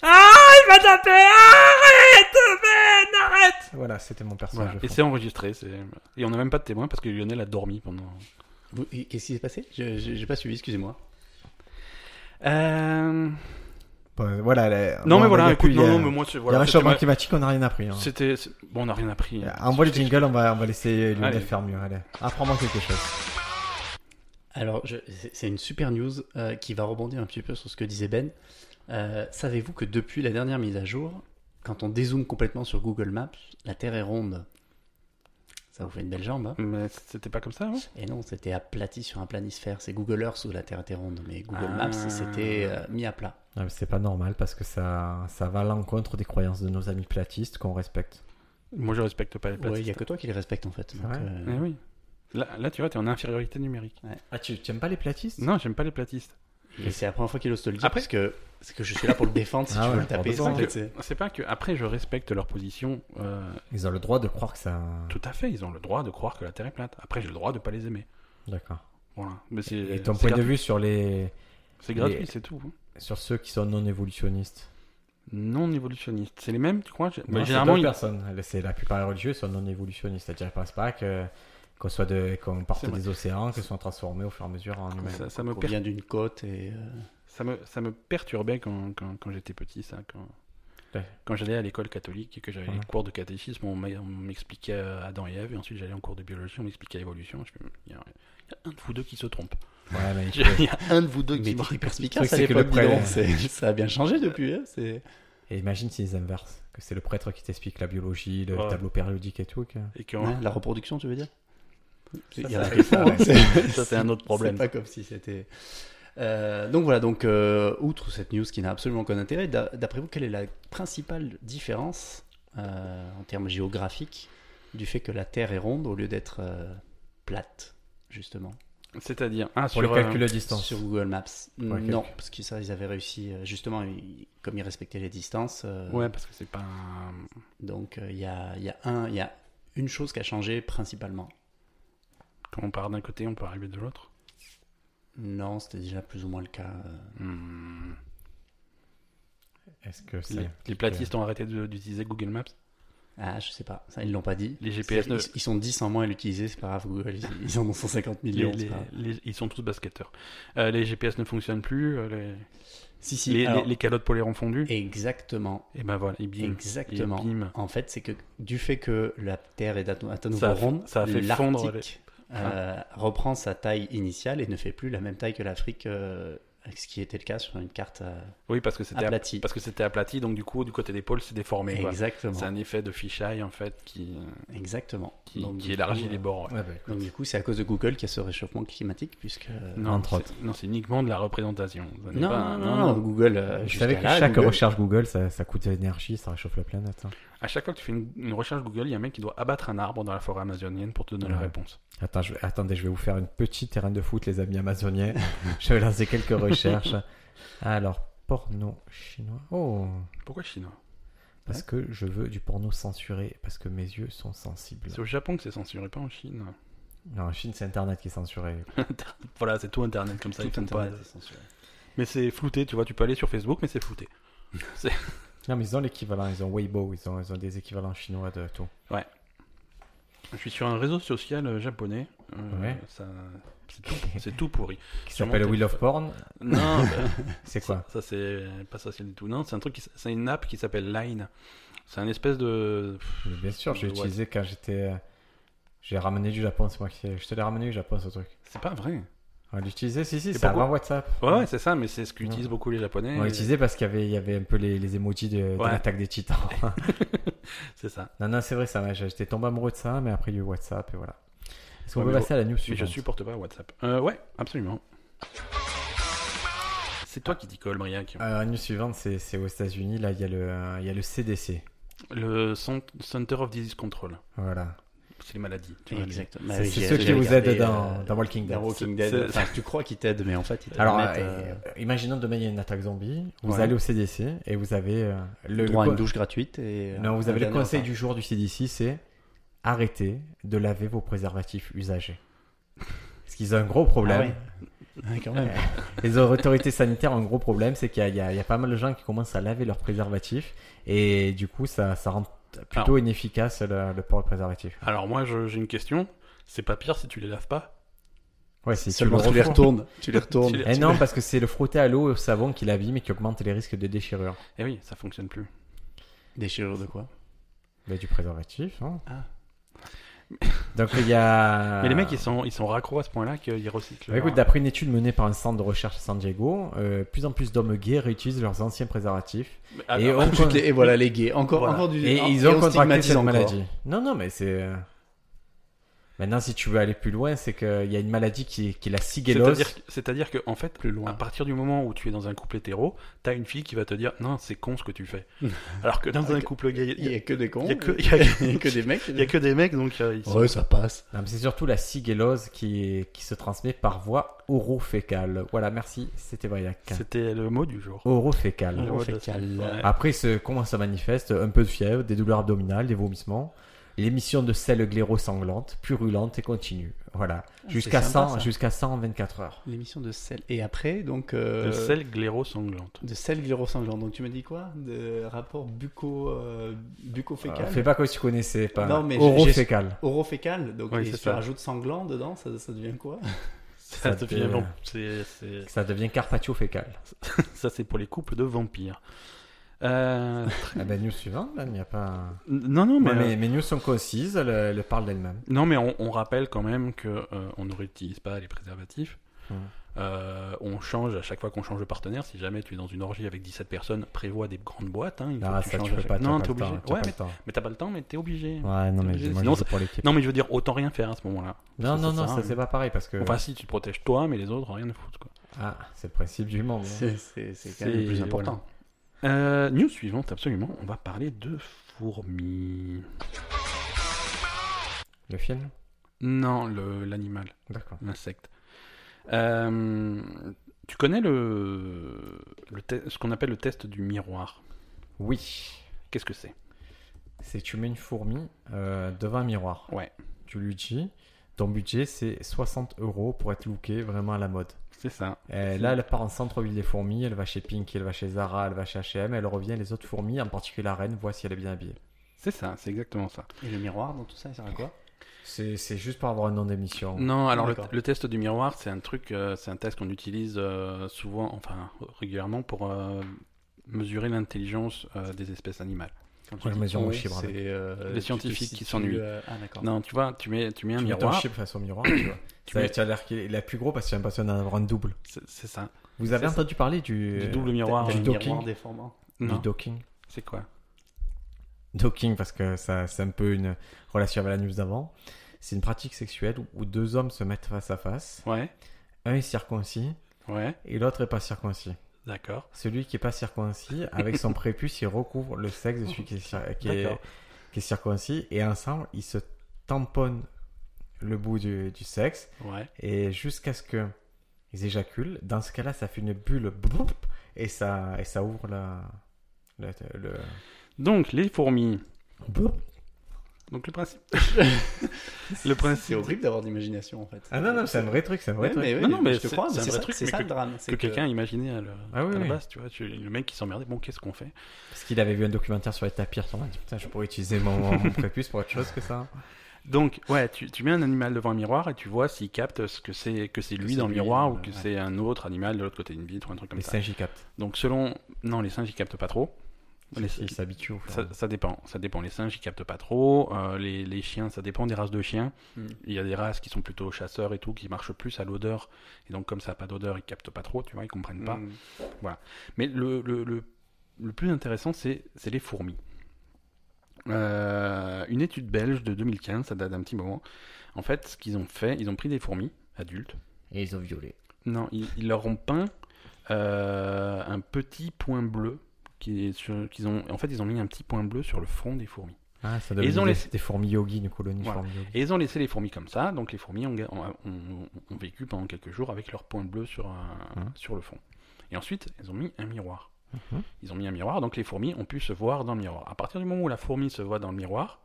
Speaker 1: Voilà, c'était mon
Speaker 2: Voilà.
Speaker 1: personnage
Speaker 2: Et
Speaker 1: de fou.
Speaker 2: c'est enregistré. c'est- Et on n'a même pas de témoin parce que Lionel a dormi pendant.
Speaker 3: Vous- et Qu'est-ce qui s'est passé Je- je- J'ai pas suivi, excusez-moi.
Speaker 2: Euh...
Speaker 1: Bon, voilà, là,
Speaker 2: Non,
Speaker 1: bon, bah,
Speaker 2: mais
Speaker 1: il y
Speaker 2: voilà,
Speaker 1: a
Speaker 2: écoute,
Speaker 1: plus, il y a-
Speaker 2: non, non, mais moi, c'est-
Speaker 1: Il y a un
Speaker 2: voilà. c'était
Speaker 1: réchauffement
Speaker 2: ma-
Speaker 1: climatique, on n'a rien appris. hein.
Speaker 2: C'était. c'est- Bon, on n'a rien appris.
Speaker 1: Envoie le jingle, on va, on va laisser Lionel
Speaker 2: Allez.
Speaker 1: faire mieux. Allez, apprends-moi quelque chose.
Speaker 3: Alors, je- c'est c'est une super news euh, qui va rebondir un petit peu sur ce que disait Ben. Euh, Savez-vous que depuis la dernière mise à jour, quand on dézoome complètement sur Google Maps, la Terre est ronde Ça vous fait une belle jambe. hein.
Speaker 2: Mais c'était pas comme ça hein. avant
Speaker 3: Et non, c'était aplati sur un planisphère. C'est Google Earth où la Terre était ronde, mais Google
Speaker 2: Ah.
Speaker 3: Maps, c'était euh, mis à plat.
Speaker 1: Ah, mais c'est pas normal parce que ça, ça va à l'encontre des croyances de nos amis platistes qu'on respecte.
Speaker 2: Moi, je respecte pas les
Speaker 3: Ouais, il
Speaker 2: platistes.
Speaker 3: n'y a que toi qui les respectes en fait. Donc,
Speaker 1: vrai
Speaker 2: Eh
Speaker 3: euh,
Speaker 2: oui. Là, là, tu vois, t'es en infériorité numérique.
Speaker 1: Ah, tu n'aimes pas les platistes
Speaker 2: Non, j'aime pas les platistes.
Speaker 3: et c'est la première fois qu'il ose te le dire
Speaker 2: Après-
Speaker 3: parce que, parce que je suis là pour le défendre si
Speaker 1: Ah
Speaker 3: tu veux
Speaker 1: ouais,
Speaker 3: le taper.
Speaker 1: pour
Speaker 3: c'est en
Speaker 2: défendre.
Speaker 3: fait, c'est-
Speaker 2: C'est pas que après je respecte leur position. euh,
Speaker 1: Ils ont le droit de croire que ça.
Speaker 2: tout à fait, ils ont le droit de croire que la Terre est plate. Après, j'ai le droit de pas les aimer.
Speaker 1: D'accord.
Speaker 2: Voilà. Mais c'est.
Speaker 1: Et ton
Speaker 2: Euh, c'est
Speaker 1: point de
Speaker 2: gratuit.
Speaker 1: vue sur les,
Speaker 2: C'est gratuit,
Speaker 1: Et-
Speaker 2: c'est tout. hein.
Speaker 1: sur ceux qui sont non évolutionnistes
Speaker 2: Non évolutionniste. C'est les mêmes, tu crois
Speaker 1: Non,
Speaker 2: Mais
Speaker 1: c'est
Speaker 2: généralement,
Speaker 1: d'autres
Speaker 2: ils-
Speaker 1: personnes. C'est la plupart des religieux sont non évolutionnistes, c'est-à-dire ils pensent pas que qu'on soit de, qu'on parte
Speaker 2: C'est vrai.
Speaker 1: des océans, que soit transformés au fur et à mesure en humains.
Speaker 2: ça, ça me
Speaker 3: qu'on
Speaker 2: per-
Speaker 3: vient d'une côte et euh,
Speaker 2: ça, me, ça me perturbait quand, quand, quand j'étais petit, ça. Quand,
Speaker 1: Ouais.
Speaker 2: quand j'allais à l'école catholique et que j'avais
Speaker 1: Ouais.
Speaker 2: les cours de catéchisme, on m'a- on m'expliquait euh, Adam et Ève, et ensuite j'allais en cours de biologie, on m'expliquait évolution. Je fais, il y, a il y a un de vous deux qui se trompe.
Speaker 1: Ouais, mais
Speaker 2: Il y a un de vous deux
Speaker 3: mais
Speaker 2: qui me
Speaker 3: t'es hyper
Speaker 1: Le
Speaker 3: spicace
Speaker 1: truc,
Speaker 3: à
Speaker 1: c'est que le
Speaker 3: l'époque, dis donc,
Speaker 1: prêt-
Speaker 3: c'est- ça a bien changé depuis. hein, c'est-
Speaker 1: et imagine s'ils inversent, que c'est le prêtre qui t'explique la biologie, le
Speaker 2: Ouais.
Speaker 1: tableau périodique et tout. que-
Speaker 2: Et que-
Speaker 3: Hein, la reproduction, tu veux dire Il y en
Speaker 1: ça
Speaker 3: a
Speaker 1: fait
Speaker 3: qui
Speaker 1: ça,
Speaker 3: font,
Speaker 1: ouais.
Speaker 3: hein, c'est-
Speaker 2: Ça, c'est un autre problème.
Speaker 3: C'est pas comme si c'était. Euh, donc voilà, donc euh, outre cette news qui n'a absolument aucun intérêt, d'a- d'après vous, quelle est la principale différence euh, en termes géographiques du fait que la Terre est ronde au lieu d'être euh, plate, justement,
Speaker 2: C'est-à-dire, ah,
Speaker 1: Pour
Speaker 2: sur,
Speaker 1: les calculs
Speaker 2: euh,
Speaker 1: à distance.
Speaker 3: sur Google Maps
Speaker 1: Ouais,
Speaker 3: Non, parce que ça, ils avaient réussi, euh, justement, ils- comme ils respectaient les distances, euh,
Speaker 2: Ouais, parce que c'est pas. un-
Speaker 3: donc euh, il y, a, il y, a un- il y a une chose qui a changé principalement.
Speaker 2: Quand on part d'un côté, on peut arriver de l'autre.
Speaker 3: Non, c'était déjà plus ou moins le cas. euh,
Speaker 2: Hmm.
Speaker 1: Est-ce que c'est
Speaker 2: Les, les platistes ont arrêté de- d'utiliser Google Maps.
Speaker 3: Ah, je sais pas, ça ils l'ont pas dit.
Speaker 2: Les GPS
Speaker 3: C'est-
Speaker 2: ne-
Speaker 3: ils, ils sont 10 en moins à l'utiliser, c'est pas grave, Google, ils, ils en ont 150
Speaker 2: Les-
Speaker 3: millions. c'est
Speaker 2: les-
Speaker 3: pas grave.
Speaker 2: les- ils sont tous basketteurs. Euh, les GPS ne fonctionnent plus. euh, Les,
Speaker 3: Si, si,
Speaker 2: les-
Speaker 3: alors,
Speaker 2: les- les calottes polaires ont fondu. Et,
Speaker 3: exactement.
Speaker 2: ben voilà, et bim.
Speaker 3: Exactement.
Speaker 2: Et bim.
Speaker 3: En fait, c'est que du fait que la Terre est à, à nouveau
Speaker 2: Ça a-
Speaker 3: ronde,
Speaker 2: ça a fait fondre
Speaker 3: l'Arctique euh, reprend sa taille initiale et ne fait plus la même taille que l'Afrique, euh, ce qui était le cas sur une carte euh,
Speaker 2: Oui, parce que c'était
Speaker 3: aplatie.
Speaker 2: apl- parce que c'était aplati, donc du coup, du côté des pôles, c'est déformé. quoi.
Speaker 3: exactement.
Speaker 2: C'est un effet de fisheye en fait qui,
Speaker 3: Exactement.
Speaker 2: qui,
Speaker 3: Donc,
Speaker 2: qui
Speaker 3: du
Speaker 2: élargit
Speaker 3: coup,
Speaker 2: les
Speaker 3: euh,
Speaker 2: bords.
Speaker 1: bah
Speaker 2: ouais.
Speaker 3: Donc du coup, c'est à cause de Google qu'il y a ce réchauffement climatique, puisque... euh,
Speaker 2: Non,
Speaker 1: Entre
Speaker 2: c'est- non, c'est uniquement de la représentation. Ça n'est
Speaker 3: Non,
Speaker 2: pas-
Speaker 3: non, non, non, Google. euh,
Speaker 1: Je savais
Speaker 3: jusqu'à
Speaker 1: que
Speaker 3: là,
Speaker 1: chaque
Speaker 3: Google-
Speaker 1: recherche Google, ça, ça coûte de l'énergie, ça réchauffe la planète. hein.
Speaker 2: À chaque fois que tu fais une, une recherche Google, il y a un mec qui doit abattre un arbre dans la forêt amazonienne pour te donner la
Speaker 1: Ouais.
Speaker 2: réponse.
Speaker 1: Attends, je vais- attendez, je vais vous faire une petite terrain de foot, les amis amazoniens. je vais lancer quelques recherches. Alors, porno chinois. Oh,
Speaker 2: Pourquoi chinois
Speaker 1: parce que je veux du porno censuré, parce que mes yeux sont sensibles.
Speaker 2: C'est au Japon que c'est censuré, pas en Chine.
Speaker 1: Non, en Chine, c'est Internet qui est censuré.
Speaker 2: voilà, c'est tout Internet comme ça.
Speaker 3: Tout
Speaker 2: ils font pas-
Speaker 3: Internet est censuré.
Speaker 2: Mais c'est flouté, tu vois, tu peux aller sur Facebook, mais c'est flouté.
Speaker 1: Non, mais ils ont l'équivalent, ils ont Weibo, ils ont, ils ont des équivalents chinois de tout.
Speaker 2: Je suis sur un réseau social euh, japonais. euh,
Speaker 1: Ouais.
Speaker 2: ça- C'est tout, c'est tout pourri.
Speaker 1: Qui
Speaker 2: Sur mon
Speaker 1: s'appelle Wheel of
Speaker 2: téléphone.
Speaker 1: Porn.
Speaker 2: Non, bah,
Speaker 1: C'est quoi
Speaker 2: ça c'est pas social du tout. Non, c'est un truc, qui s- c'est une app qui s'appelle Line. C'est un espèce de.
Speaker 1: Mais Bien sûr, j'ai
Speaker 2: Ouais.
Speaker 1: utilisé quand j'étais. euh, J'ai ramené du Japon, c'est moi qui. Je te l'ai ramené du Japon, ce truc.
Speaker 2: C'est pas vrai.
Speaker 1: On l'utilisait, si, si,
Speaker 2: Et
Speaker 1: c'est
Speaker 2: pourquoi
Speaker 1: avant WhatsApp.
Speaker 2: Ouais, ouais, c'est ça, mais c'est ce qu'utilisent
Speaker 1: Ouais.
Speaker 2: beaucoup les Japonais.
Speaker 1: On l'utilisait parce qu'il y avait, il y avait un peu les, les emojis de, de
Speaker 2: Ouais.
Speaker 1: l'attaque des titans.
Speaker 2: C'est ça.
Speaker 1: non, non, c'est vrai, ça m'a- j'étais tombé amoureux de ça, mais après il y a eu WhatsApp et voilà. Est-ce qu'on
Speaker 2: Ouais,
Speaker 1: peut
Speaker 2: mais
Speaker 1: passer à la news
Speaker 2: Mais je
Speaker 1: suivante
Speaker 2: supporte pas WhatsApp. Euh, ouais, absolument. C'est toi qui t'y colle, Briac.
Speaker 1: Euh, La news suivante, c'est c'est aux États-Unis, là, il y, a le- il y a le CDC.
Speaker 2: Le Cent- Center of Disease Control.
Speaker 1: Voilà.
Speaker 2: C'est les maladies. tu vois.
Speaker 3: Exactement. Bah
Speaker 1: C'est- c'est ceux qui vous aident dans, dans Walking Dead.
Speaker 3: euh, dans Walking
Speaker 2: C'est-
Speaker 3: Dead.
Speaker 2: c'est-
Speaker 3: Enfin, tu crois qu'ils t'aident, mais en fait, ils te
Speaker 1: Alors,
Speaker 3: mettent
Speaker 1: euh,
Speaker 3: euh,
Speaker 1: imaginons demain il y a une attaque zombie, vous
Speaker 2: Ouais.
Speaker 1: allez au CDC et vous avez euh, le,
Speaker 3: droit à
Speaker 1: le
Speaker 3: une
Speaker 1: co-
Speaker 3: douche gratuite. Et, euh,
Speaker 1: Non, vous
Speaker 3: un
Speaker 1: avez le
Speaker 3: dernier
Speaker 1: conseil
Speaker 3: repas.
Speaker 1: du jour du CDC, c'est arrêtez de laver vos préservatifs usagés. Parce qu'ils ont un gros problème.
Speaker 3: Ah ouais. Ouais, quand même.
Speaker 1: Les autorités sanitaires ont un gros problème, c'est qu'il y, a- il y a il y a pas mal de gens qui commencent à laver leurs préservatifs et du coup ça, ça rend plutôt
Speaker 2: Alors.
Speaker 1: inefficace le, le port de préservatif.
Speaker 2: Alors moi, je- j'ai une question. C'est pas pire si tu les laves pas
Speaker 1: Ouais, c'est
Speaker 3: Seulement, tu les
Speaker 1: retournes.
Speaker 3: retournes. Tu les retournes.
Speaker 2: Tu les-
Speaker 1: Eh non, parce que c'est le frotter à l'eau et au savon qui l'abîme et qui augmente les risques de déchirure.
Speaker 2: Eh oui, ça fonctionne plus.
Speaker 3: Déchirure de quoi
Speaker 1: Mais du préservatif, hein.
Speaker 3: Ah.
Speaker 1: Donc il y a.
Speaker 2: Mais les mecs, ils sont, ils sont raccros à ce point-là qu'ils recyclent.
Speaker 1: Ah. Bah,
Speaker 2: leur-
Speaker 1: écoute, d'après une étude menée par un centre de recherche à San Diego, euh, plus en plus d'hommes gays réutilisent leurs anciens préservatifs.
Speaker 2: Mais, ah,
Speaker 1: et
Speaker 2: ah,
Speaker 1: on-
Speaker 3: Ensuite, les- Et voilà, les gays. Encore,
Speaker 2: Voilà.
Speaker 3: encore du.
Speaker 1: Et
Speaker 3: en-
Speaker 1: ils ont
Speaker 3: on
Speaker 1: contracté
Speaker 3: stigmatise
Speaker 1: cette
Speaker 3: encore.
Speaker 1: maladie. Non, non, mais c'est. euh, Maintenant, si tu veux aller plus loin, c'est qu'il y a une maladie qui, qui est la ciguelos.
Speaker 2: C'est-à-dire, c'est-à-dire que en fait,
Speaker 3: Plus loin.
Speaker 2: à partir du moment où tu es dans un couple hétéro, t'as une fille qui va te dire non, c'est con ce que tu fais. Alors que dans un couple gay,
Speaker 3: Ah, Il y a que des cons.
Speaker 2: il y a que-
Speaker 3: il y a que- il y a que des mecs.
Speaker 2: il y a que des mecs, donc euh, ils sont-
Speaker 3: Ouais, ça passe.
Speaker 1: Non, mais c'est surtout la ciguelos qui, est- qui se transmet par voie orofécale. Voilà, merci, c'était Briac.
Speaker 2: c'était le mot du jour.
Speaker 1: Orofécale.
Speaker 2: Le mot de la
Speaker 3: Orofécale.
Speaker 2: semaine. Ah, Ouais.
Speaker 1: Après, ce- comment ça manifeste Un peu de fièvre, des douleurs abdominales, des vomissements, l'émission de sel gléro-sanglante, purulente et continue. Voilà. Jusqu'à
Speaker 3: c'est sympa,
Speaker 1: 100,
Speaker 3: ça.
Speaker 1: jusqu'à 124 heures.
Speaker 3: L'émission de sel. Et après, donc. euh,
Speaker 2: Le sel gléro-sanglante.
Speaker 3: De sel glyrosanglante. Donc tu me dis quoi De rapport bucco, euh,
Speaker 1: Euh,
Speaker 3: bucco-fécal
Speaker 1: fais pas comme si tu connaissais pas.
Speaker 3: Non, mais j'ai-
Speaker 1: Orofécale.
Speaker 3: Orofécal. Donc
Speaker 2: Oui,
Speaker 3: et
Speaker 2: c'est
Speaker 3: si tu
Speaker 2: ça.
Speaker 3: rajoutes sanglant dedans, ça, ça devient quoi
Speaker 2: Ça,
Speaker 1: te-
Speaker 2: devient bon. C'est- c'est-
Speaker 1: Ça devient carpaccio-fécale.
Speaker 2: ça, c'est pour les couples de vampires. Euh,
Speaker 1: ah ben, news suivante, là, il n'y a pas.
Speaker 2: non, non, mais,
Speaker 1: Ouais,
Speaker 2: euh,
Speaker 1: mais mes news sont concises, elles, elles parlent d'elles-mêmes.
Speaker 2: non, mais on, on rappelle quand même que euh, on ne réutilise pas les préservatifs.
Speaker 1: Mm.
Speaker 2: Euh, on change à chaque fois qu'on change de partenaire. Si jamais tu es dans une orgie avec 17 personnes, prévois des grandes boîtes. hein, il faut
Speaker 1: Ah,
Speaker 2: que tu
Speaker 1: ça,
Speaker 2: changes
Speaker 1: tu
Speaker 2: à
Speaker 1: peux
Speaker 2: chaque-
Speaker 1: pas. t'as
Speaker 2: Non,
Speaker 1: pas
Speaker 2: t'es
Speaker 1: le temps,
Speaker 2: obligé.
Speaker 1: t'as
Speaker 2: Ouais,
Speaker 1: pas
Speaker 2: mais
Speaker 1: le temps.
Speaker 2: mais t'as pas le temps, mais t'es obligé.
Speaker 1: Ouais, non, mais
Speaker 2: Obligé,
Speaker 1: moi,
Speaker 2: sinon,
Speaker 1: je sais pour l'équipe.
Speaker 2: Non, mais je veux dire, autant rien faire à ce moment-là.
Speaker 1: Non,
Speaker 2: ça,
Speaker 1: non, non,
Speaker 2: ça sert à
Speaker 1: ça,
Speaker 2: rien.
Speaker 1: c'est pas pareil parce que.
Speaker 2: Enfin, si tu te protèges toi, mais les autres, rien ne foutent. Quoi.
Speaker 1: Ah, c'est le principe du monde. hein.
Speaker 3: C'est c'est- c'est quand même le
Speaker 2: C'est-
Speaker 3: plus important.
Speaker 2: Euh, news suivante, absolument. On va parler de fourmis.
Speaker 1: Le film
Speaker 2: Non, le- l'animal,
Speaker 1: D'accord.
Speaker 2: l'insecte. Euh, tu connais le, le te- ce qu'on appelle le test du miroir.
Speaker 1: Oui.
Speaker 2: Qu'est-ce que c'est
Speaker 1: C'est tu mets une fourmi euh, devant un miroir.
Speaker 2: Ouais.
Speaker 1: Tu lui dis, ton budget c'est 60 euros pour être looké vraiment à la mode.
Speaker 2: C'est ça.
Speaker 1: Euh, là, elle part en centre-ville des fourmis, elle va chez Pink, elle va chez Zara, elle va chez H&M, elle revient les autres fourmis, en particulier la reine, voit si elle est bien habillée.
Speaker 2: C'est ça, c'est exactement ça.
Speaker 3: Et le miroir dans tout ça, il sert à quoi
Speaker 1: C'est c'est juste pour avoir un nom d'émission.
Speaker 2: Non, alors le,
Speaker 3: D'accord.
Speaker 2: le test du miroir, c'est un truc, euh, c'est un test qu'on utilise euh, souvent, enfin régulièrement pour euh, mesurer l'intelligence euh, des espèces animales. Comme tu
Speaker 1: Ouais,
Speaker 2: dis.
Speaker 1: mais- Ils ont un
Speaker 3: Ouais,
Speaker 1: chibre,
Speaker 3: c'est, euh,
Speaker 2: Les
Speaker 3: tu te
Speaker 2: scientifiques qui
Speaker 3: situes,
Speaker 2: s'ennuient.
Speaker 3: euh, Ah, d'accord.
Speaker 2: Non, tu vois, tu mets, tu mets un
Speaker 1: Tu mets ton
Speaker 2: miroir,
Speaker 1: chip face au miroir, tu vois.
Speaker 2: tu
Speaker 1: Ça,
Speaker 2: mets-
Speaker 1: tu as l'air qu'il est, il est plus gros parce qu'il y a l'impression d'en avoir un double.
Speaker 2: c'est c'est ça,
Speaker 1: Vous avez
Speaker 2: C'est ça.
Speaker 1: entendu parler du,
Speaker 2: du double miroir. euh,
Speaker 1: du
Speaker 3: du
Speaker 1: docking.
Speaker 3: miroir déformant.
Speaker 1: du
Speaker 2: Non,
Speaker 1: docking
Speaker 2: c'est quoi
Speaker 1: Docking, parce que ça, c'est un peu une relation avec la news d'avant. C'est une pratique sexuelle où- où deux hommes se mettent face à face.
Speaker 2: Ouais,
Speaker 1: Un est circoncis
Speaker 2: ouais,
Speaker 1: et l'autre est pas circoncis.
Speaker 2: d'accord.
Speaker 1: Celui qui est pas circoncis, avec son prépuce, il recouvre le sexe de celui qui est, cir- qui est-
Speaker 2: D'accord.
Speaker 1: qui est circoncis. Et ensemble, ils se tamponnent le bout du, du sexe
Speaker 2: Ouais.
Speaker 1: et jusqu'à ce que ils éjaculent. Dans ce cas-là, ça fait une bulle broup, et ça, et ça ouvre la, la- le,
Speaker 2: Donc les fourmis.
Speaker 1: broup.
Speaker 2: Donc le principe. le
Speaker 3: C'est
Speaker 2: principe
Speaker 3: horrible d'avoir de l'imagination en fait.
Speaker 1: Ah non, non, c'est un vrai truc, c'est un vrai
Speaker 3: Ouais,
Speaker 1: truc.
Speaker 3: mais, ouais,
Speaker 2: Non, non, mais
Speaker 3: je te
Speaker 2: c'est-
Speaker 3: crois, mais
Speaker 2: c'est un
Speaker 3: c'est
Speaker 2: vrai
Speaker 3: ça,
Speaker 2: truc,
Speaker 3: c'est
Speaker 2: mais
Speaker 3: ça le drame.
Speaker 2: que,
Speaker 3: C'est que-
Speaker 2: quelqu'un imaginait à, la-
Speaker 1: Ah oui,
Speaker 2: à la
Speaker 1: oui.
Speaker 2: base, tu vois, tu- le mec qui s'emmerdait. Bon, qu'est-ce qu'on fait
Speaker 1: Parce qu'il avait vu un documentaire sur les tapirs, il s'en a dit putain, je pourrais utiliser mon, mon prépuce pour autre chose que ça.
Speaker 2: Donc, ouais, tu, tu mets un animal devant un miroir et tu vois s'il capte ce que c'est que c'est lui euh,
Speaker 3: c'est
Speaker 2: dans le
Speaker 3: lui,
Speaker 2: miroir
Speaker 3: dans
Speaker 2: ou
Speaker 3: le-
Speaker 2: que
Speaker 3: ouais.
Speaker 2: c'est un autre animal de l'autre côté d'une vitre ou un truc comme
Speaker 1: les
Speaker 2: ça.
Speaker 1: singes, ils captent.
Speaker 2: Donc, selon. Non, les singes, ils captent pas trop. Les-
Speaker 1: Ils s'habituent au fur et à
Speaker 2: Ça, ça dépend, ça dépend. Les singes, ils captent pas trop. euh, les, les chiens, ça dépend des races de chiens.
Speaker 3: Mm.
Speaker 2: Il y a des races qui sont plutôt chasseurs et tout, qui marchent plus à l'odeur. Et donc, comme ça a pas d'odeur, ils captent pas trop, tu vois, ils comprennent pas.
Speaker 3: Mm.
Speaker 2: Mais le, le, le, le plus intéressant, c'est c'est les fourmis. Euh, une étude belge de 2015, ça date d'un petit moment. En fait, ce qu'ils ont fait, ils ont pris des fourmis adultes.
Speaker 1: Et ils ont violé.
Speaker 2: Non, ils, ils leur ont peint euh, un petit point bleu. Qui est sur- qu'ils ont, en fait, ils ont mis un petit point bleu sur le front des fourmis.
Speaker 1: Ah, ça
Speaker 2: Et ils ont
Speaker 1: des,
Speaker 2: laissé-
Speaker 1: des fourmis yogi, une colonie
Speaker 2: Voilà.
Speaker 1: fourmis yogi.
Speaker 2: Et ils ont laissé les fourmis comme ça. Donc les fourmis ont, ga- ont- ont- ont vécu pendant quelques jours avec leur point bleu sur, un-
Speaker 1: Mhm.
Speaker 2: sur le fond. Et ensuite, elles ont mis un miroir.
Speaker 1: Mhm.
Speaker 2: Ils ont mis un miroir, donc les fourmis ont pu se voir dans le miroir. À partir du moment où la fourmi se voit dans le miroir,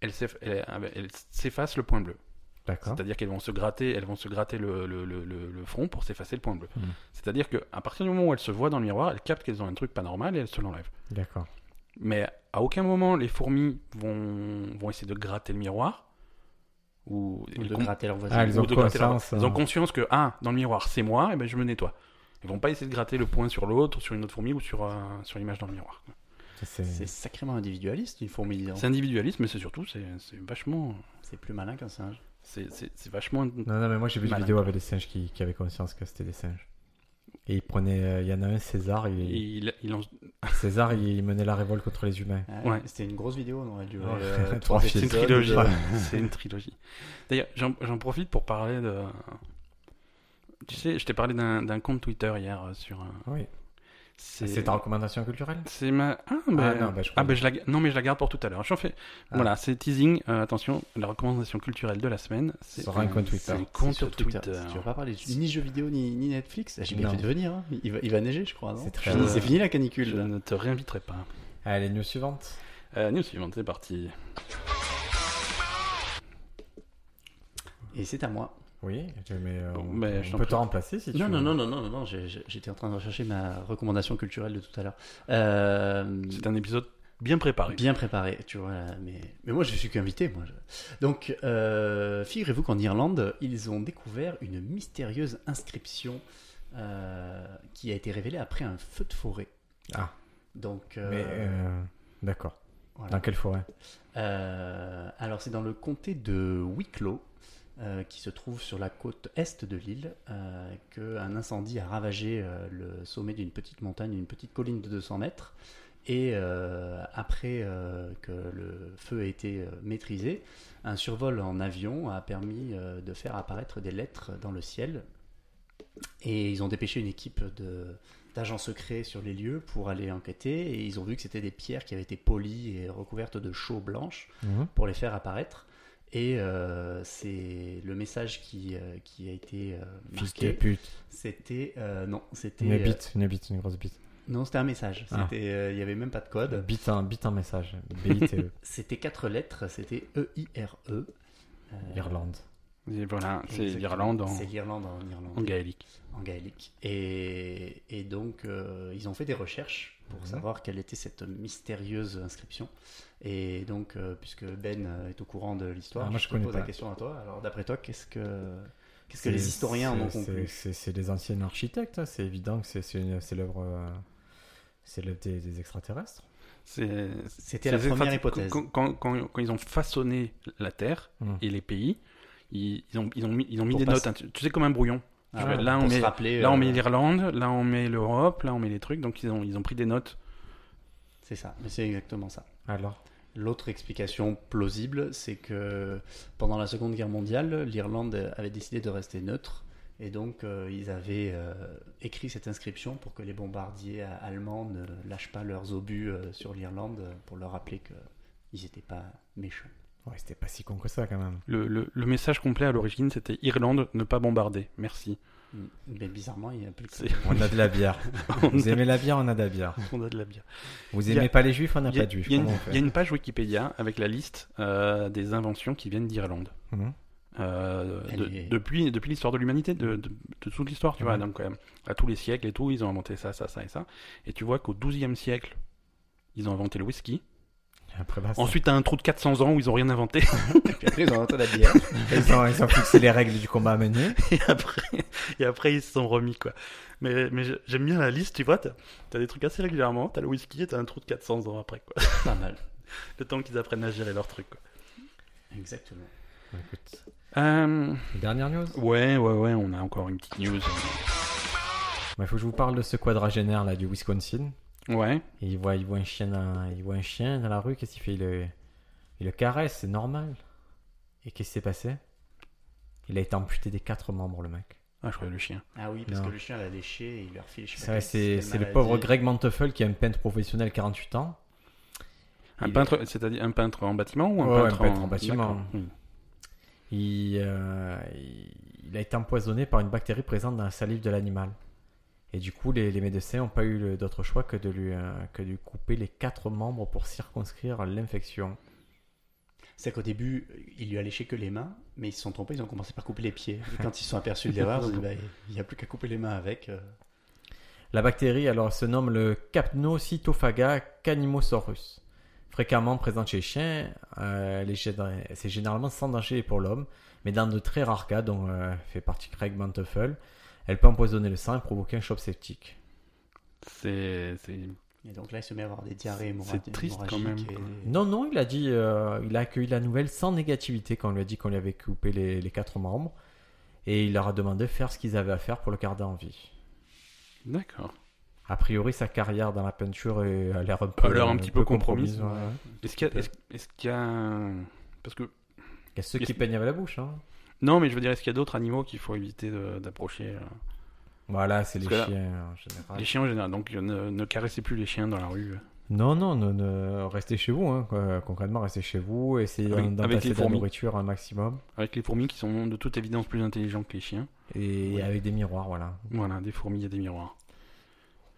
Speaker 2: elle s'eff- elle- elle s'efface le point bleu.
Speaker 1: D'accord.
Speaker 2: C'est-à-dire qu'elles vont se gratter, elles vont se gratter le, le- le- le- le front pour s'effacer le point bleu.
Speaker 1: Mhm.
Speaker 2: C'est-à-dire qu'à partir du moment où elles se voient dans le miroir, elles captent qu'elles ont un truc pas normal et elles se l'enlèvent.
Speaker 1: D'accord.
Speaker 2: Mais à aucun moment les fourmis vont, vont essayer de gratter le miroir ou,
Speaker 3: Ou
Speaker 2: elles
Speaker 3: de
Speaker 2: com-
Speaker 3: gratter leur voisin.
Speaker 1: Ah, ils
Speaker 2: ou
Speaker 1: ont
Speaker 2: de gratter leur-
Speaker 1: conscience,
Speaker 2: elles ont
Speaker 1: hein.
Speaker 2: conscience que ah dans le miroir c'est moi et ben je me nettoie. Ils vont pas essayer de gratter le point sur l'autre, sur une autre fourmi ou sur un- sur l'image dans le miroir. quoi.
Speaker 1: Ça, C'est
Speaker 3: C'est sacrément individualiste une fourmi. dis donc.
Speaker 2: C'est individualiste, mais c'est surtout c'est c'est vachement
Speaker 3: C'est plus malin qu'un singe.
Speaker 2: c'est- c'est c'est vachement
Speaker 1: Non, non, mais moi j'ai vu des
Speaker 2: Malin.
Speaker 1: vidéos avec des singes qui, qui avaient conscience que c'était des singes. Et il prenait, euh, il y en a un, César,
Speaker 2: Et
Speaker 1: il,
Speaker 2: Il, il lance-
Speaker 1: César, il menait la révolte contre les humains.
Speaker 3: Ouais,
Speaker 2: Ouais.
Speaker 3: Ah, C'était une grosse vidéo, on aurait dû
Speaker 1: Ouais.
Speaker 3: voir euh,
Speaker 1: Trois
Speaker 3: trois
Speaker 1: films.
Speaker 2: C'est une
Speaker 3: épisodes,
Speaker 2: trilogie.
Speaker 3: euh,
Speaker 2: C'est une trilogie. D'ailleurs, j'en j'en profite pour parler de. Tu sais, je t'ai parlé d'un d'un compte Twitter hier euh, sur. un-
Speaker 1: Oui. Ah, C'est ta recommandation culturelle
Speaker 2: C'est ma. Ah, ben...
Speaker 1: Ah, non, bah, je
Speaker 2: ah, ben,
Speaker 1: crois-
Speaker 2: je la... non, mais je la garde pour tout à l'heure. J'en fais.
Speaker 1: Ah.
Speaker 2: Voilà, c'est teasing. Euh, attention, la recommandation culturelle de la semaine. C'est
Speaker 1: Sur un compte
Speaker 2: c'est
Speaker 1: Twitter.
Speaker 2: un
Speaker 3: compte
Speaker 2: compte sur Twitter.
Speaker 3: Twitter. Si tu vas pas parler ni jeux vidéo ni, ni Netflix, j'ai bien
Speaker 1: Non.
Speaker 3: fait de venir. hein. Il, va, il va neiger, je crois. non
Speaker 1: C'est très
Speaker 3: Fini-
Speaker 2: bien.
Speaker 3: C'est fini la canicule.
Speaker 2: Je ne te réinviterai pas.
Speaker 1: Allez, news suivante.
Speaker 2: Euh, news suivante, c'est parti.
Speaker 3: Et c'est à moi.
Speaker 1: Oui, mais euh,
Speaker 2: Bon,
Speaker 1: on,
Speaker 2: mais
Speaker 1: on
Speaker 2: je t'en
Speaker 1: peut
Speaker 2: prie.
Speaker 1: te remplacer si tu
Speaker 3: Non,
Speaker 1: veux.
Speaker 3: non, non, non, non, non, non, j'ai- j'ai- j'étais en train de rechercher ma recommandation culturelle de tout à l'heure. Euh,
Speaker 2: C'est un épisode bien préparé.
Speaker 3: Bien préparé, tu vois. là, Mais, mais moi, je suis qu'invité. Moi. je- Donc, euh, figurez-vous qu'en Irlande, ils ont découvert une mystérieuse inscription euh, qui a été révélée après un feu de forêt.
Speaker 1: Ah.
Speaker 3: Donc,
Speaker 1: Mais
Speaker 3: euh,
Speaker 1: euh, d'accord.
Speaker 3: voilà.
Speaker 1: Dans quelle forêt
Speaker 3: Euh, alors, c'est dans le comté de Wicklow, euh, qui se trouve sur la côte est de l'île, euh, qu'un incendie a ravagé euh, le sommet d'une petite montagne, une petite colline de 200 mètres. Et euh, après euh, que le feu a été euh, maîtrisé, un survol en avion a permis euh, de faire apparaître des lettres dans le ciel. Et ils ont dépêché une équipe de, d'agents secrets sur les lieux pour aller enquêter et ils ont vu que c'était des pierres qui avaient été polies et recouvertes de chaux blanche pour les faire apparaître. Et euh, c'est le message qui, euh, qui a été euh,
Speaker 1: Fils de
Speaker 3: marqué.
Speaker 1: pute.
Speaker 3: C'était euh, non, c'était
Speaker 1: Une
Speaker 3: euh,
Speaker 1: bite, une bite, une grosse bite.
Speaker 3: non, c'était un message.
Speaker 1: Ah.
Speaker 3: C'était euh, il y avait même pas de code.
Speaker 1: Bite un, bite un message. B-I-T-E. euh,
Speaker 3: C'était quatre lettres. C'était E I R E. Euh,
Speaker 1: Irlande.
Speaker 2: Et voilà, c'est
Speaker 3: Ah, exactement.
Speaker 2: l'Irlande en,
Speaker 3: C'est l'Irlande en Irlande.
Speaker 2: en gaélique.
Speaker 3: en gaélique. Et, et donc, euh, ils ont fait des recherches pour
Speaker 1: Mhm.
Speaker 3: savoir quelle était cette mystérieuse inscription. Et donc, euh, puisque Ben euh, est au courant de l'histoire,
Speaker 1: Ah, moi, je
Speaker 3: je te
Speaker 1: connais
Speaker 3: pose
Speaker 1: pas.
Speaker 3: la question à toi. Alors, d'après toi, qu'est-ce que, qu'est-ce que
Speaker 1: C'est-
Speaker 3: les historiens en ont
Speaker 1: c'est-
Speaker 3: conclu
Speaker 1: C'est c'est des anciens architectes, hein, c'est évident que c'est- c'est une- c'est l'œuvre euh, c'est l'œuvre des, des extraterrestres.
Speaker 2: C'est-
Speaker 3: C'était
Speaker 2: c'est
Speaker 3: la
Speaker 2: les
Speaker 3: première
Speaker 2: extra-
Speaker 3: hypothèse.
Speaker 2: Quand, quand- quand- quand ils ont façonné la Terre
Speaker 1: Mm.
Speaker 2: et les pays, ils, ils ont, ils ont mis, ils ont mis
Speaker 3: Pour
Speaker 2: des
Speaker 3: pas
Speaker 2: notes.
Speaker 3: se-
Speaker 2: hein, tu tu sais, comme un brouillon.
Speaker 3: Ah,
Speaker 2: vois, là,
Speaker 3: pour
Speaker 2: on
Speaker 3: se
Speaker 2: met-
Speaker 3: rappeler,
Speaker 2: Là, on
Speaker 3: euh,
Speaker 2: met l'Irlande, là, on met l'Europe, là, on met les trucs. Donc, ils ont, ils ont pris des notes.
Speaker 3: C'est ça, mais c'est exactement ça.
Speaker 1: Alors,
Speaker 3: L'autre explication plausible, c'est que pendant la Seconde Guerre mondiale, l'Irlande avait décidé de rester neutre. Et donc, euh, ils avaient euh, écrit cette inscription pour que les bombardiers euh, allemands ne lâchent pas leurs obus euh, sur l'Irlande euh, pour leur rappeler qu'ils n'étaient pas méchants.
Speaker 1: ouais, c'était pas si con que ça quand même.
Speaker 2: Le, le- le message complet à l'origine, c'était Irlande, ne pas bombarder. Merci.
Speaker 3: Mm. Mais bizarrement, il n'y a plus que ça.
Speaker 2: C'est-
Speaker 1: On a de la bière.
Speaker 2: on,
Speaker 1: Vous aimez la bière, on a de la bière.
Speaker 2: on a de la bière.
Speaker 1: Vous
Speaker 2: Il y a-
Speaker 1: aimez pas les juifs, on n'a
Speaker 2: Il y a-
Speaker 1: pas de juifs.
Speaker 2: il y a une-
Speaker 1: Comment on fait
Speaker 2: il y a une page Wikipédia avec la liste euh, des inventions qui viennent d'Irlande.
Speaker 1: Mhm.
Speaker 2: Euh,
Speaker 3: Elle
Speaker 2: de-
Speaker 3: est-
Speaker 2: depuis, depuis l'histoire de l'humanité, de, de- de toute l'histoire, tu vois.
Speaker 1: Mhm.
Speaker 2: Donc, euh, à tous les siècles et tout, ils ont inventé ça, ça, ça et ça. Et tu vois qu'au 12e siècle, ils ont inventé le whisky.
Speaker 1: Après, bah, ça-
Speaker 2: Ensuite, t'as un trou de 400 ans où ils ont rien inventé.
Speaker 3: Puis après, ils ont inventé la bière.
Speaker 1: ils, ont, ils ont fixé les règles du combat à mener.
Speaker 2: et, après, et après, ils se sont remis, quoi. Mais, mais j'ai- j'aime bien la liste, tu vois. T'as as des trucs assez régulièrement. T'as le whisky et t'as un trou de 400 ans après, quoi.
Speaker 3: pas mal.
Speaker 2: Le temps qu'ils apprennent à gérer leurs trucs, quoi.
Speaker 3: Exactement.
Speaker 1: Bah, Écoute,
Speaker 2: Euh,
Speaker 1: Dernière news.
Speaker 2: ouais, ouais, ouais, on a encore une petite news.
Speaker 1: Il Bah, faut que je vous parle de ce quadragénaire là du Wisconsin.
Speaker 2: Ouais.
Speaker 1: Et il voit, il voit un chien, dans, il voit un chien dans la rue, qu'est-ce qu'il fait il le, il le caresse, c'est normal. Et qu'est-ce qui s'est passé Il a été amputé des quatre membres, le mec.
Speaker 2: Ah, je croyais le chien.
Speaker 3: Ah oui, parce
Speaker 1: Non.
Speaker 3: que le chien l'a léché et il leur file. je sais
Speaker 1: C'est
Speaker 3: pas
Speaker 1: vrai,
Speaker 3: quelle-
Speaker 1: c'est
Speaker 3: quelle
Speaker 1: c'est le
Speaker 3: maladie.
Speaker 1: pauvre Greg Manteuffel qui est un peintre professionnel, 48 ans.
Speaker 2: Un
Speaker 1: Il-
Speaker 2: peintre, c'est-à-dire un peintre en bâtiment ou un
Speaker 1: Ouais, ouais, un
Speaker 2: peintre,
Speaker 1: peintre
Speaker 2: en...
Speaker 1: en bâtiment.
Speaker 2: D'accord. Hmm.
Speaker 1: Il, euh, il, il a été empoisonné par une bactérie présente dans la salive de l'animal. Et du coup, les, les médecins n'ont pas eu le- d'autre choix que de, lui, euh, que de lui couper les quatre membres pour circonscrire l'infection.
Speaker 3: C'est qu'au début, il lui a léché que les mains, mais ils se sont trompés, ils ont commencé par couper les pieds. Et quand ils se sont aperçus de l'erreur, ils ont dit bah, il n'y a plus qu'à couper les mains avec. euh.
Speaker 1: La bactérie alors se nomme le Capnocytophaga canimosaurus. Fréquemment présente chez les chiens, euh, elle est gén- c'est généralement sans danger pour l'homme, mais dans de très rares cas, dont euh, fait partie Craig Manteuffel, elle peut empoisonner le sang et provoquer un choc septique.
Speaker 2: C'est, c'est-
Speaker 3: Et donc là, il se met à avoir des diarrhées hémorra-
Speaker 2: C'est triste quand même,
Speaker 3: hémorragiques
Speaker 2: quoi.
Speaker 3: et-
Speaker 1: Non, non, il a dit, euh, il a accueilli la nouvelle sans négativité quand on lui a dit qu'on lui avait coupé les, les quatre membres, et il leur a demandé de faire ce qu'ils avaient à faire pour le garder en vie.
Speaker 2: D'accord.
Speaker 1: A priori, sa carrière dans la peinture est- a l'air un peu,
Speaker 2: A l'air un petit peu compromise,
Speaker 1: ouais.
Speaker 2: Est-ce qu'il y a. est-ce- est-ce qu'il y a un- Parce que.
Speaker 1: Il y a ceux
Speaker 2: Est-ce-
Speaker 1: qui peignent avec la bouche. Hein.
Speaker 2: Non, mais je veux dire, est-ce qu'il y a d'autres animaux qu'il faut éviter de- d'approcher euh,
Speaker 1: Voilà, c'est les
Speaker 2: Parce que
Speaker 1: chiens en général.
Speaker 2: Les chiens en général. Donc, ne, ne caressez plus les chiens dans la rue. euh.
Speaker 1: Non, non, ne, ne- restez chez vous. Hein. quoi. Concrètement, restez chez vous. Essayez
Speaker 2: Avec-
Speaker 1: d'en-
Speaker 2: avec les
Speaker 1: d'entasser de la
Speaker 2: fourmis.
Speaker 1: nourriture un maximum.
Speaker 2: Avec les fourmis qui sont de toute évidence plus intelligents que les chiens.
Speaker 1: Et
Speaker 2: Oui.
Speaker 1: avec des miroirs, voilà.
Speaker 2: Voilà, des fourmis et des miroirs.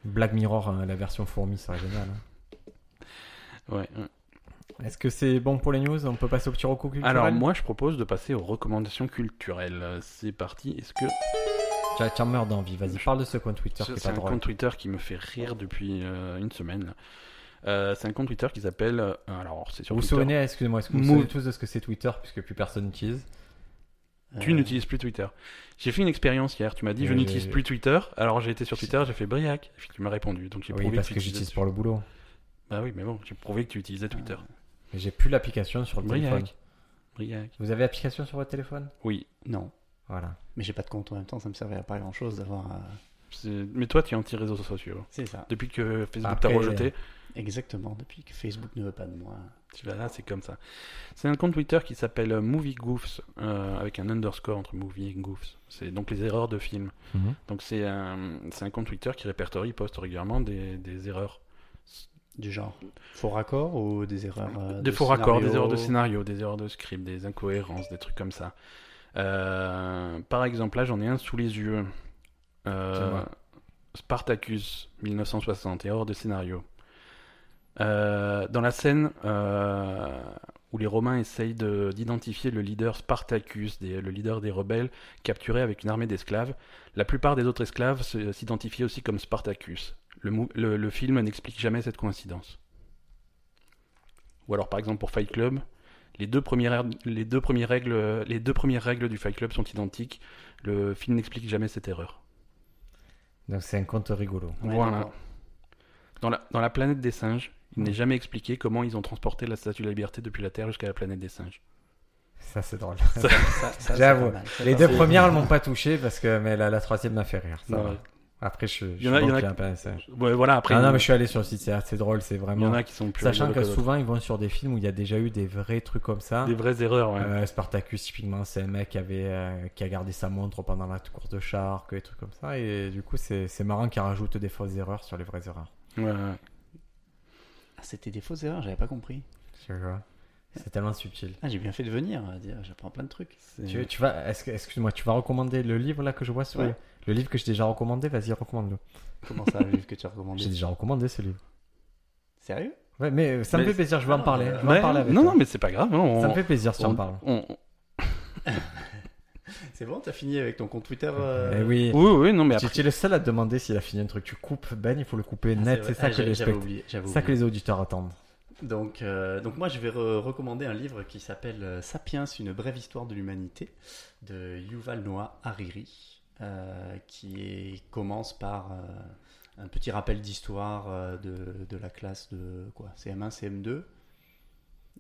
Speaker 1: Black Mirror, hein, la version fourmi, c'est génial. hein.
Speaker 2: Ouais. ouais.
Speaker 1: Est-ce que c'est bon pour les news On peut passer au petit recours culturel
Speaker 2: Alors, moi, je propose de passer aux recommandations culturelles. C'est parti. Est-ce que.
Speaker 1: Tiens, tiens, meurs d'envie. Vas-y, parle de ce compte Twitter qui
Speaker 2: C'est
Speaker 1: est
Speaker 2: c'est
Speaker 1: pas
Speaker 2: un
Speaker 1: drôle.
Speaker 2: compte Twitter qui me fait rire depuis euh, une semaine. Euh, c'est un compte Twitter qui s'appelle. euh, alors, c'est sur
Speaker 1: Vous vous
Speaker 2: Twitter.
Speaker 1: souvenez, excusez-moi, est-ce que vous vous
Speaker 2: Mou-
Speaker 1: souvenez tous de ce que c'est Twitter puisque plus personne n'utilise
Speaker 2: Tu
Speaker 3: Euh,
Speaker 2: n'utilises plus Twitter. J'ai fait une expérience hier. Tu m'as dit, je
Speaker 1: Euh,
Speaker 2: n'utilise
Speaker 1: j'ai-
Speaker 2: plus Twitter. Alors, j'ai été sur Twitter, j'ai fait Briac. Et puis, tu m'as répondu. Donc, j'ai
Speaker 1: Oui,
Speaker 2: prouvé
Speaker 1: parce
Speaker 2: tu
Speaker 1: que
Speaker 2: utilisais-
Speaker 1: j'utilise pour le Ah. boulot.
Speaker 2: Bah oui, mais bon, j'ai prouvé que tu utilisais Twitter.
Speaker 1: Mais j'ai plus l'application sur le
Speaker 2: Briac.
Speaker 1: téléphone.
Speaker 2: Briac.
Speaker 1: Vous avez l'application sur votre téléphone
Speaker 2: Oui.
Speaker 3: Non,
Speaker 1: Voilà.
Speaker 3: mais j'ai pas de compte en même temps, ça me servait à pas grand chose d'avoir. euh,
Speaker 2: C'est- Mais toi, tu es anti-réseaux sociaux.
Speaker 3: C'est ça.
Speaker 2: Depuis que Facebook t'a
Speaker 1: Après-
Speaker 2: rejeté,
Speaker 3: Exactement, depuis que Facebook ne veut pas de moi.
Speaker 2: tu vas là, c'est comme ça. C'est un compte Twitter qui s'appelle Movie Goofs, euh, avec un underscore entre Movie et Goofs. C'est donc les erreurs de films.
Speaker 1: Mhm.
Speaker 2: Donc c'est un, c'est un compte Twitter qui répertorie, poste régulièrement des, des erreurs.
Speaker 3: Du genre faux raccords ou des erreurs. euh,
Speaker 2: des
Speaker 3: de
Speaker 2: faux raccords, des
Speaker 3: scénario
Speaker 2: erreurs de scénario, des erreurs de script, des incohérences, des trucs comme ça. Euh, par exemple, là j'en ai un sous les yeux. Euh,
Speaker 1: Dis-moi.
Speaker 2: Spartacus 1960, erreur de scénario. Euh, dans la scène euh, où les Romains essayent de- d'identifier le leader Spartacus, des- le leader des rebelles, capturé avec une armée d'esclaves, la plupart des autres esclaves se- s'identifiaient aussi comme Spartacus. Le, mou- le- le film n'explique jamais cette coïncidence. Ou alors, par exemple, pour Fight Club, les deux premières, les deux premières, règles, les deux premières règles du Fight Club sont identiques. Le film n'explique jamais cette erreur.
Speaker 1: Donc c'est un compte rigolo.
Speaker 3: Ouais,
Speaker 2: voilà.
Speaker 3: d'accord.
Speaker 2: Dans la, dans la planète des singes, il n'est jamais expliqué comment ils ont transporté la Statue de la Liberté depuis la Terre jusqu'à la planète des singes.
Speaker 1: Ça c'est drôle.
Speaker 3: Ça- ça, c'est
Speaker 1: J'avoue.
Speaker 3: pas mal, ça,
Speaker 1: Les
Speaker 3: c'est
Speaker 1: deux
Speaker 3: pas mal.
Speaker 1: premières, elles m'ont pas touché parce que mais la, la troisième m'a fait rire. ça
Speaker 2: Ouais.
Speaker 1: va. Après, je, je
Speaker 2: Il y en a-
Speaker 1: suis
Speaker 2: il y
Speaker 1: bon
Speaker 2: en
Speaker 1: qu'il y
Speaker 2: a qui-
Speaker 1: a un peu un singe.
Speaker 2: Ouais, voilà, après,
Speaker 1: Ah non,
Speaker 2: il-
Speaker 1: mais je suis allé sur le site, c'est assez drôle, c'est
Speaker 2: il y en
Speaker 1: vraiment.
Speaker 2: a qui sont plus
Speaker 1: Sachant que
Speaker 2: rigolos d'autres.
Speaker 1: souvent, ils vont sur des films où il y a déjà eu des vrais trucs comme ça.
Speaker 2: Des vraies erreurs, ouais.
Speaker 1: Euh, Spartacus, typiquement, c'est un mec qui, avait, euh, qui a gardé sa montre pendant la course de charque, des trucs comme ça. Et du coup, c'est c'est marrant qu'ils rajoutent des fausses erreurs sur les vraies erreurs.
Speaker 2: Ouais, ouais.
Speaker 3: Ah, C'était des fausses erreurs, j'avais pas compris.
Speaker 1: Tu vois C'est tellement subtil.
Speaker 3: Ah, j'ai bien fait de venir, euh, dire, j'apprends plein de trucs.
Speaker 2: C'est-
Speaker 1: Tu, tu vas, est-ce que- excuse-moi, tu vas recommander le livre là que je vois sur
Speaker 3: Ouais.
Speaker 1: le, le livre que j'ai déjà recommandé Vas-y, recommande-le.
Speaker 3: Comment ça, le livre que tu as
Speaker 1: J'ai
Speaker 3: recommandé
Speaker 1: déjà recommandé ce livre.
Speaker 3: Sérieux
Speaker 1: Ouais, mais euh, ça me
Speaker 2: Mais-
Speaker 1: fait plaisir, je vais en
Speaker 3: Ah,
Speaker 1: parler.
Speaker 3: euh,
Speaker 1: Je vais
Speaker 2: Ouais,
Speaker 1: en parler avec
Speaker 2: non,
Speaker 1: toi.
Speaker 2: non, mais c'est pas grave. hein, On,
Speaker 1: Ça me fait plaisir si on
Speaker 2: on-
Speaker 1: parle.
Speaker 2: on- on-
Speaker 3: C'est bon, t'as fini avec ton compte Twitter euh,
Speaker 1: Eh oui.
Speaker 2: Oui, oui, non, mais
Speaker 1: Tu
Speaker 2: après,
Speaker 1: tu es le seul à te demander s'il a fini un truc. Tu coupes Ben, il faut le couper
Speaker 3: Ah,
Speaker 1: net.
Speaker 3: vrai.
Speaker 1: C'est ça,
Speaker 3: Ah,
Speaker 1: que
Speaker 3: j'avais-
Speaker 1: les
Speaker 3: J'avais
Speaker 1: spect-
Speaker 3: oublié. j'avais
Speaker 1: c'est ça que
Speaker 3: oublié.
Speaker 1: les auditeurs attendent.
Speaker 3: Donc, euh, donc moi, je vais re- recommander un livre qui s'appelle euh, Sapiens, une brève histoire de l'humanité, de Yuval Noah Hariri, euh, qui est- commence par euh, un petit rappel d'histoire euh, de, de la classe de quoi CM1, CM2,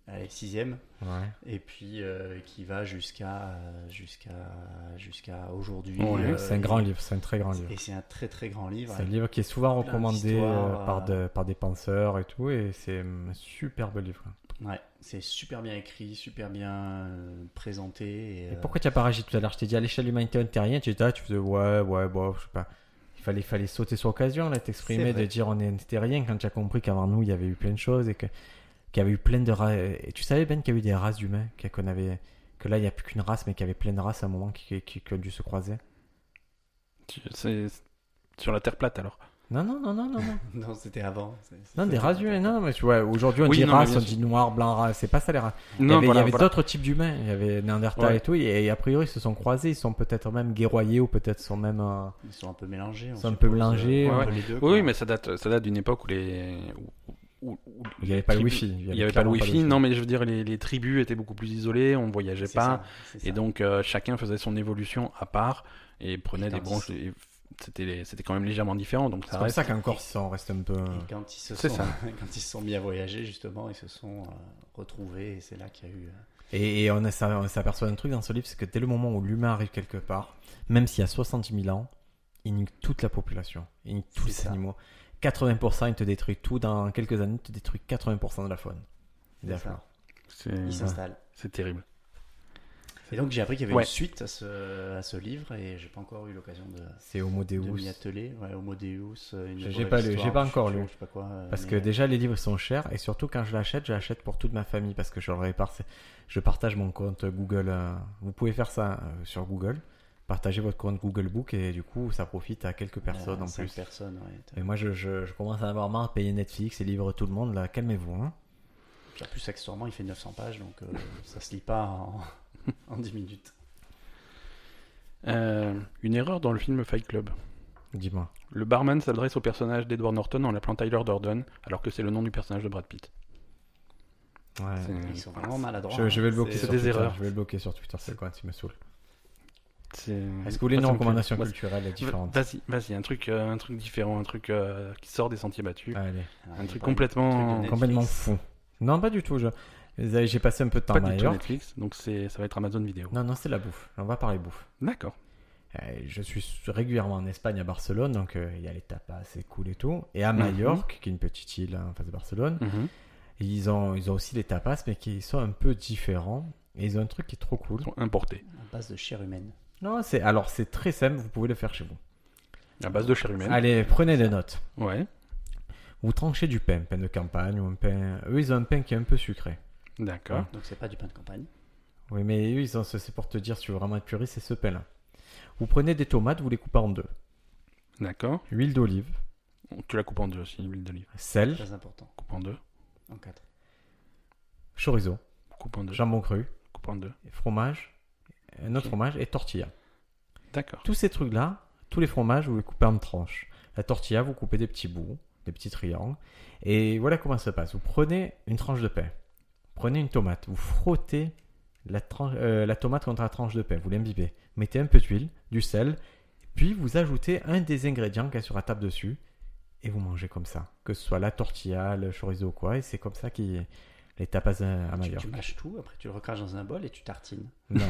Speaker 3: allez, 6
Speaker 1: Ouais.
Speaker 3: et puis euh, qui va jusqu'à euh, jusqu'à jusqu'à aujourd'hui.
Speaker 2: Ouais,
Speaker 3: Euh,
Speaker 1: c'est un grand livre, c'est un très grand livre.
Speaker 3: Et c'est un très très grand livre.
Speaker 1: C'est un livre qui est souvent
Speaker 3: plein
Speaker 1: recommandé euh,
Speaker 3: d'histoires,
Speaker 1: par,
Speaker 3: euh.
Speaker 1: de- par des penseurs et tout, et c'est hum, un superbe livre.
Speaker 3: Ouais, c'est super bien écrit, super bien euh, présenté. Et,
Speaker 1: Et
Speaker 3: euh,
Speaker 1: pourquoi tu as pas réagi tout à l'heure Je t'ai dit à l'échelle humanitaire terrienne, tu étais là, tu faisais ouais, ouais, bof, je sais pas. Il fallait, fallait sauter sur l'occasion, là,
Speaker 3: C'est
Speaker 1: t'exprimer,
Speaker 3: vrai.
Speaker 1: de dire on est terrien quand tu as compris qu'avant nous, il y avait eu plein de choses et que- qu'il y avait eu plein de races. Et tu savais, Ben, qu'il y a eu des races d'humains, qu'il y- qu'on avait. Que là, il n'y a plus qu'une race, mais qu'il y avait plein de races à un moment qui, qui, qui- qui ont dû se croiser.
Speaker 2: tu- c'est sur la Terre plate alors.
Speaker 1: Non, non, non, non, non. Non,
Speaker 3: Non, c'était avant. C'est-
Speaker 1: non
Speaker 3: c'était-
Speaker 1: des races d'humains. Non, non, mais tu vois, aujourd'hui, on
Speaker 2: Oui,
Speaker 1: dit
Speaker 2: non, mais
Speaker 1: race,
Speaker 2: bien
Speaker 1: on
Speaker 2: sûr.
Speaker 1: dit noir, blanc, race. C'est pas ça les races. Il y
Speaker 2: Non,
Speaker 1: avait, il y
Speaker 2: voilà,
Speaker 1: avait
Speaker 2: voilà.
Speaker 1: d'autres types d'humains. Il y avait Néandertal
Speaker 2: Ouais.
Speaker 1: et tout. Et, et a priori, ils se sont croisés. Ils sont peut-être même guerroyés ou peut-être sont même. euh,
Speaker 3: Ils sont un peu mélangés. on
Speaker 1: Ils sont un peu
Speaker 3: suppose, euh,
Speaker 1: mélangés,
Speaker 3: un
Speaker 2: ouais.
Speaker 3: peu les deux,
Speaker 2: Oui,
Speaker 3: quoi.
Speaker 2: oui, mais ça date, ça date d'une époque où les. où- où- où
Speaker 1: Il n'y avait pas le
Speaker 2: tribu-
Speaker 1: wifi.
Speaker 2: Il n'y avait pas
Speaker 1: clairement
Speaker 2: le wifi, non, mais je veux dire, les, les tribus étaient beaucoup plus isolées, on ne voyageait
Speaker 3: C'est
Speaker 2: pas,
Speaker 3: ça, c'est
Speaker 2: et
Speaker 3: ça.
Speaker 2: donc euh, chacun faisait son évolution à part et prenait des
Speaker 3: Putain,
Speaker 2: branches. et C'était les- c'était quand même légèrement différent, donc
Speaker 1: C'est
Speaker 2: ça
Speaker 1: comme
Speaker 2: reste.
Speaker 1: ça qu'en Corse, on reste un peu.
Speaker 3: Et quand ils se
Speaker 2: C'est
Speaker 3: sont,
Speaker 2: ça.
Speaker 3: quand ils se sont mis à voyager justement, ils se sont euh, retrouvés et c'est là qu'il y a eu. euh,
Speaker 1: Et, et on, a- ça- on s'aperçoit un truc dans ce livre, c'est que dès le moment où l'humain arrive quelque part, même s'il y a 70 000 ans, il nique toute la population, il nique tous
Speaker 3: C'est
Speaker 1: les
Speaker 3: ça.
Speaker 1: animaux. 80%, il te détruit tout. Dans quelques années, il te détruit 80% de la faune.
Speaker 3: C'est
Speaker 1: D'accord.
Speaker 3: ça.
Speaker 2: C'est
Speaker 3: Il s'installe.
Speaker 2: c'est terrible.
Speaker 3: Et donc j'ai appris qu'il y avait
Speaker 2: Ouais.
Speaker 3: une suite à ce, à ce livre et j'ai pas encore eu l'occasion de,
Speaker 1: C'est Homo
Speaker 3: de
Speaker 1: Deus.
Speaker 3: m'y atteler. Ouais, Homo Deus, euh, une
Speaker 1: J'ai-
Speaker 3: brève
Speaker 1: j'ai pas lu-
Speaker 3: histoire,
Speaker 1: j'ai pas
Speaker 3: je-
Speaker 1: encore
Speaker 3: je-
Speaker 1: lu.
Speaker 3: je sais pas quoi, euh,
Speaker 1: Parce
Speaker 3: mais,
Speaker 1: que
Speaker 3: euh,
Speaker 1: déjà, les livres ils sont chers. Et surtout, quand je l'achète, je l'achète pour toute ma famille. Parce que je, leur ai par- je partage mon compte Google. euh, Vous pouvez faire ça euh, sur Google. Partager votre compte Google Book. Et du coup, ça profite à quelques
Speaker 2: Ah,
Speaker 1: personnes
Speaker 3: euh,
Speaker 1: en
Speaker 3: cinq
Speaker 1: plus.
Speaker 3: personnes, ouais.
Speaker 1: Et moi, je, je- je commence à avoir marre de payer Netflix et livre tout le monde. Là, calmez-vous. hein.
Speaker 3: Puis en plus, accessoirement, il fait 900 pages, donc euh, ça se lit pas en, en 10 minutes.
Speaker 2: Euh, une erreur dans le film Fight Club.
Speaker 1: Dis-moi.
Speaker 2: Le barman s'adresse au personnage d'Edward Norton en l'appelant Tyler Durden, alors que c'est le nom du personnage de Brad Pitt.
Speaker 1: Ouais.
Speaker 2: C'est-
Speaker 3: Ils sont vraiment maladroits. hein.
Speaker 1: Je, je vais le bloquer
Speaker 2: c'est
Speaker 1: sur
Speaker 2: des
Speaker 1: Twitter.
Speaker 2: erreurs.
Speaker 1: Je vais le bloquer sur Twitter. C'est quoi Tu me saoules.
Speaker 2: C'est-
Speaker 1: Est-ce que vous voulez une
Speaker 2: Ça me fait-
Speaker 1: recommandation
Speaker 2: Vas-
Speaker 1: culturelle différente
Speaker 2: Vas-y, vas-y, un truc, euh, un truc différent, un truc euh, qui sort des sentiers battus.
Speaker 1: Allez.
Speaker 2: Un truc complètement,
Speaker 3: Netflix.
Speaker 1: Complètement fou. Non, pas du tout. je- J'ai passé un peu de temps
Speaker 2: pas du tout
Speaker 1: ailleurs.
Speaker 2: Netflix, donc c'est, ça va être Amazon Vidéo.
Speaker 1: Non, non, c'est la bouffe. On va parler bouffe.
Speaker 2: D'accord.
Speaker 1: Euh, Je suis régulièrement en Espagne, à Barcelone, donc euh, il y a les tapas, c'est cool et tout. Et à Majorque, qui est une petite île hein, en face de Barcelone,
Speaker 2: Mhm.
Speaker 1: ils ont, ils ont aussi les tapas, mais qui sont un peu différents. Et ils ont un truc qui est trop cool.
Speaker 2: Ils sont importés
Speaker 3: À base de chair humaine.
Speaker 1: Non, c'est alors c'est très simple, vous pouvez le faire chez vous.
Speaker 2: à base de chair humaine.
Speaker 1: Allez, prenez des notes.
Speaker 2: Ouais,
Speaker 1: Vous tranchez du pain, pain de campagne ou un pain. Eux, ils ont un pain qui est un peu sucré.
Speaker 2: d'accord.
Speaker 3: Donc c'est pas du pain de campagne.
Speaker 1: Oui, mais eux, ils ont, c'est pour te dire, si tu veux vraiment être puriste, c'est ce pain-là. Vous prenez des tomates, vous les coupez en deux.
Speaker 2: D'accord.
Speaker 1: Huile d'olive,
Speaker 2: Tu la coupes en deux aussi, l'huile d'olive.
Speaker 1: sel,
Speaker 3: Très important.
Speaker 2: Coupe en deux.
Speaker 3: En 4.
Speaker 1: chorizo,
Speaker 2: Coupe en deux.
Speaker 1: jambon cru,
Speaker 2: Coupe en deux.
Speaker 1: fromage, un autre
Speaker 2: Ok.
Speaker 1: fromage et tortilla.
Speaker 2: D'accord.
Speaker 1: Tous ces trucs-là, tous les fromages, vous les coupez en tranches. La tortilla, vous coupez des petits bouts, des petits triangles. Et voilà comment ça se passe. Vous prenez une tranche de pain, prenez une tomate, vous frottez la, tran- euh, la tomate contre la tranche de pain, vous l'imbibez. Mettez un peu d'huile, du sel, puis vous ajoutez un des ingrédients qu'il y a sur la table dessus, et vous mangez comme ça. Que ce soit la tortilla, le chorizo ou quoi, et c'est comme ça qu'il les tapas à, à
Speaker 3: Tu,
Speaker 1: Majorque.
Speaker 3: tu mâches tout, après tu le recraches dans un bol et tu tartines.
Speaker 1: Non,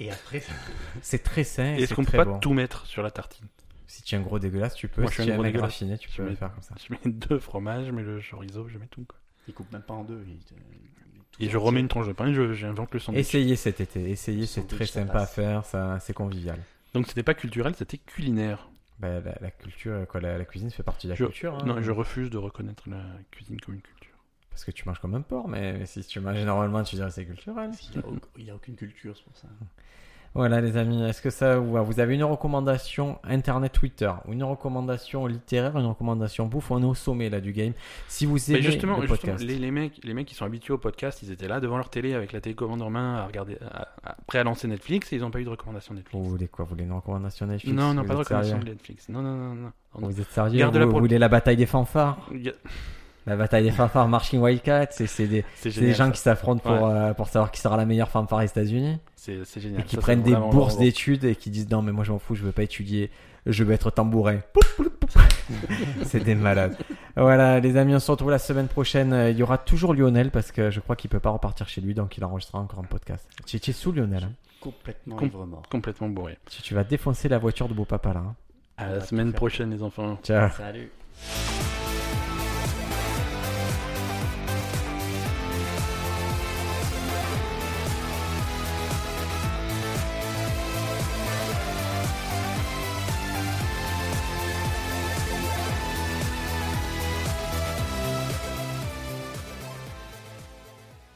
Speaker 3: et après,
Speaker 1: c'est très sain. et
Speaker 2: Et Est-ce
Speaker 1: Eh, c'est
Speaker 2: qu'on peut
Speaker 1: très
Speaker 2: pas
Speaker 1: bon.
Speaker 2: tout mettre sur la tartine
Speaker 1: Si tu es un gros dégueulasse, tu peux.
Speaker 2: Moi, je
Speaker 1: si tu
Speaker 2: suis un
Speaker 1: es un
Speaker 2: gros
Speaker 1: mec
Speaker 2: dégueulasse.
Speaker 1: raffiné, tu
Speaker 2: Je
Speaker 1: peux
Speaker 2: mets-
Speaker 1: le faire comme ça.
Speaker 2: Je mets deux fromages, je mets le chorizo, je mets tout. Quoi.
Speaker 3: il coupe même pas en deux. il te- il met tout
Speaker 2: Et je
Speaker 3: entier.
Speaker 2: remets une tranche de pain, je- j'invente le sandwich.
Speaker 1: Essayez cet été. Essayez, c'est
Speaker 3: Sandwich,
Speaker 1: très
Speaker 3: ça
Speaker 1: sympa à
Speaker 3: passe.
Speaker 1: faire. Ça, c'est convivial.
Speaker 2: Donc c'était pas culturel, c'était culinaire.
Speaker 1: Bah, la, la culture, quoi, la, la cuisine fait partie de la
Speaker 2: Je-
Speaker 1: culture. hein.
Speaker 2: Non, je refuse de reconnaître la cuisine comme une culture.
Speaker 1: Parce que tu manges comme un porc, mais, mais si tu manges normalement, tu dirais c'est culturel.
Speaker 3: Parce qu'il a au- Il a aucune culture, c'est pour ça.
Speaker 1: Voilà, les amis. Est-ce que ça vous va Vous avez une recommandation internet, Twitter, ou une recommandation littéraire, une recommandation bouffe. On est au sommet là du game. Si vous aimez
Speaker 2: Mais justement,
Speaker 1: le
Speaker 2: justement,
Speaker 1: podcast,
Speaker 2: les, les mecs, les mecs qui sont habitués au podcast, ils étaient là devant leur télé avec la télécommande en main, à regarder, à- à- prêts à lancer Netflix, et ils n'ont pas eu de recommandation Netflix.
Speaker 1: vous voulez quoi Vous voulez une recommandation Netflix
Speaker 2: non, non,
Speaker 1: Vous
Speaker 2: pas de
Speaker 1: êtes sérieux
Speaker 2: recommandation de Netflix. Non, non, non, non. On-
Speaker 1: Vous êtes sérieux
Speaker 2: Garde-la
Speaker 1: Vous-
Speaker 2: pour
Speaker 1: vous
Speaker 2: le-
Speaker 1: voulez la bataille des fanfares
Speaker 2: y a-
Speaker 1: La bataille des fanfares, Marching Wildcats, c'est c'est des,
Speaker 2: C'est
Speaker 1: c'est des
Speaker 2: génial.
Speaker 1: gens
Speaker 2: ça.
Speaker 1: qui s'affrontent pour, euh, pour savoir qui sera la meilleure fanfare des États-Unis
Speaker 2: C'est c'est génial.
Speaker 1: et qui
Speaker 2: Ça,
Speaker 1: prennent
Speaker 2: c'est
Speaker 1: des
Speaker 2: vraiment-
Speaker 1: bourses
Speaker 2: vraiment-
Speaker 1: d'études et qui disent non mais moi je m'en fous, je veux pas étudier, je veux être tambourin. c'est des malades. Voilà les amis, on se retrouve la semaine prochaine. Euh, Il y aura toujours Lionel parce que je crois qu'il peut pas repartir chez lui donc il enregistrera encore un podcast. Tu tu es sous Lionel, hein.
Speaker 3: Complètement
Speaker 2: Com-
Speaker 3: ivre mort.
Speaker 2: Complètement bourré.
Speaker 1: tu, tu vas défoncer la voiture de beau papa là. hein.
Speaker 2: À
Speaker 3: On
Speaker 2: la
Speaker 3: va tout
Speaker 2: semaine
Speaker 3: faire.
Speaker 2: prochaine, les enfants.
Speaker 1: Ciao.
Speaker 3: Salut.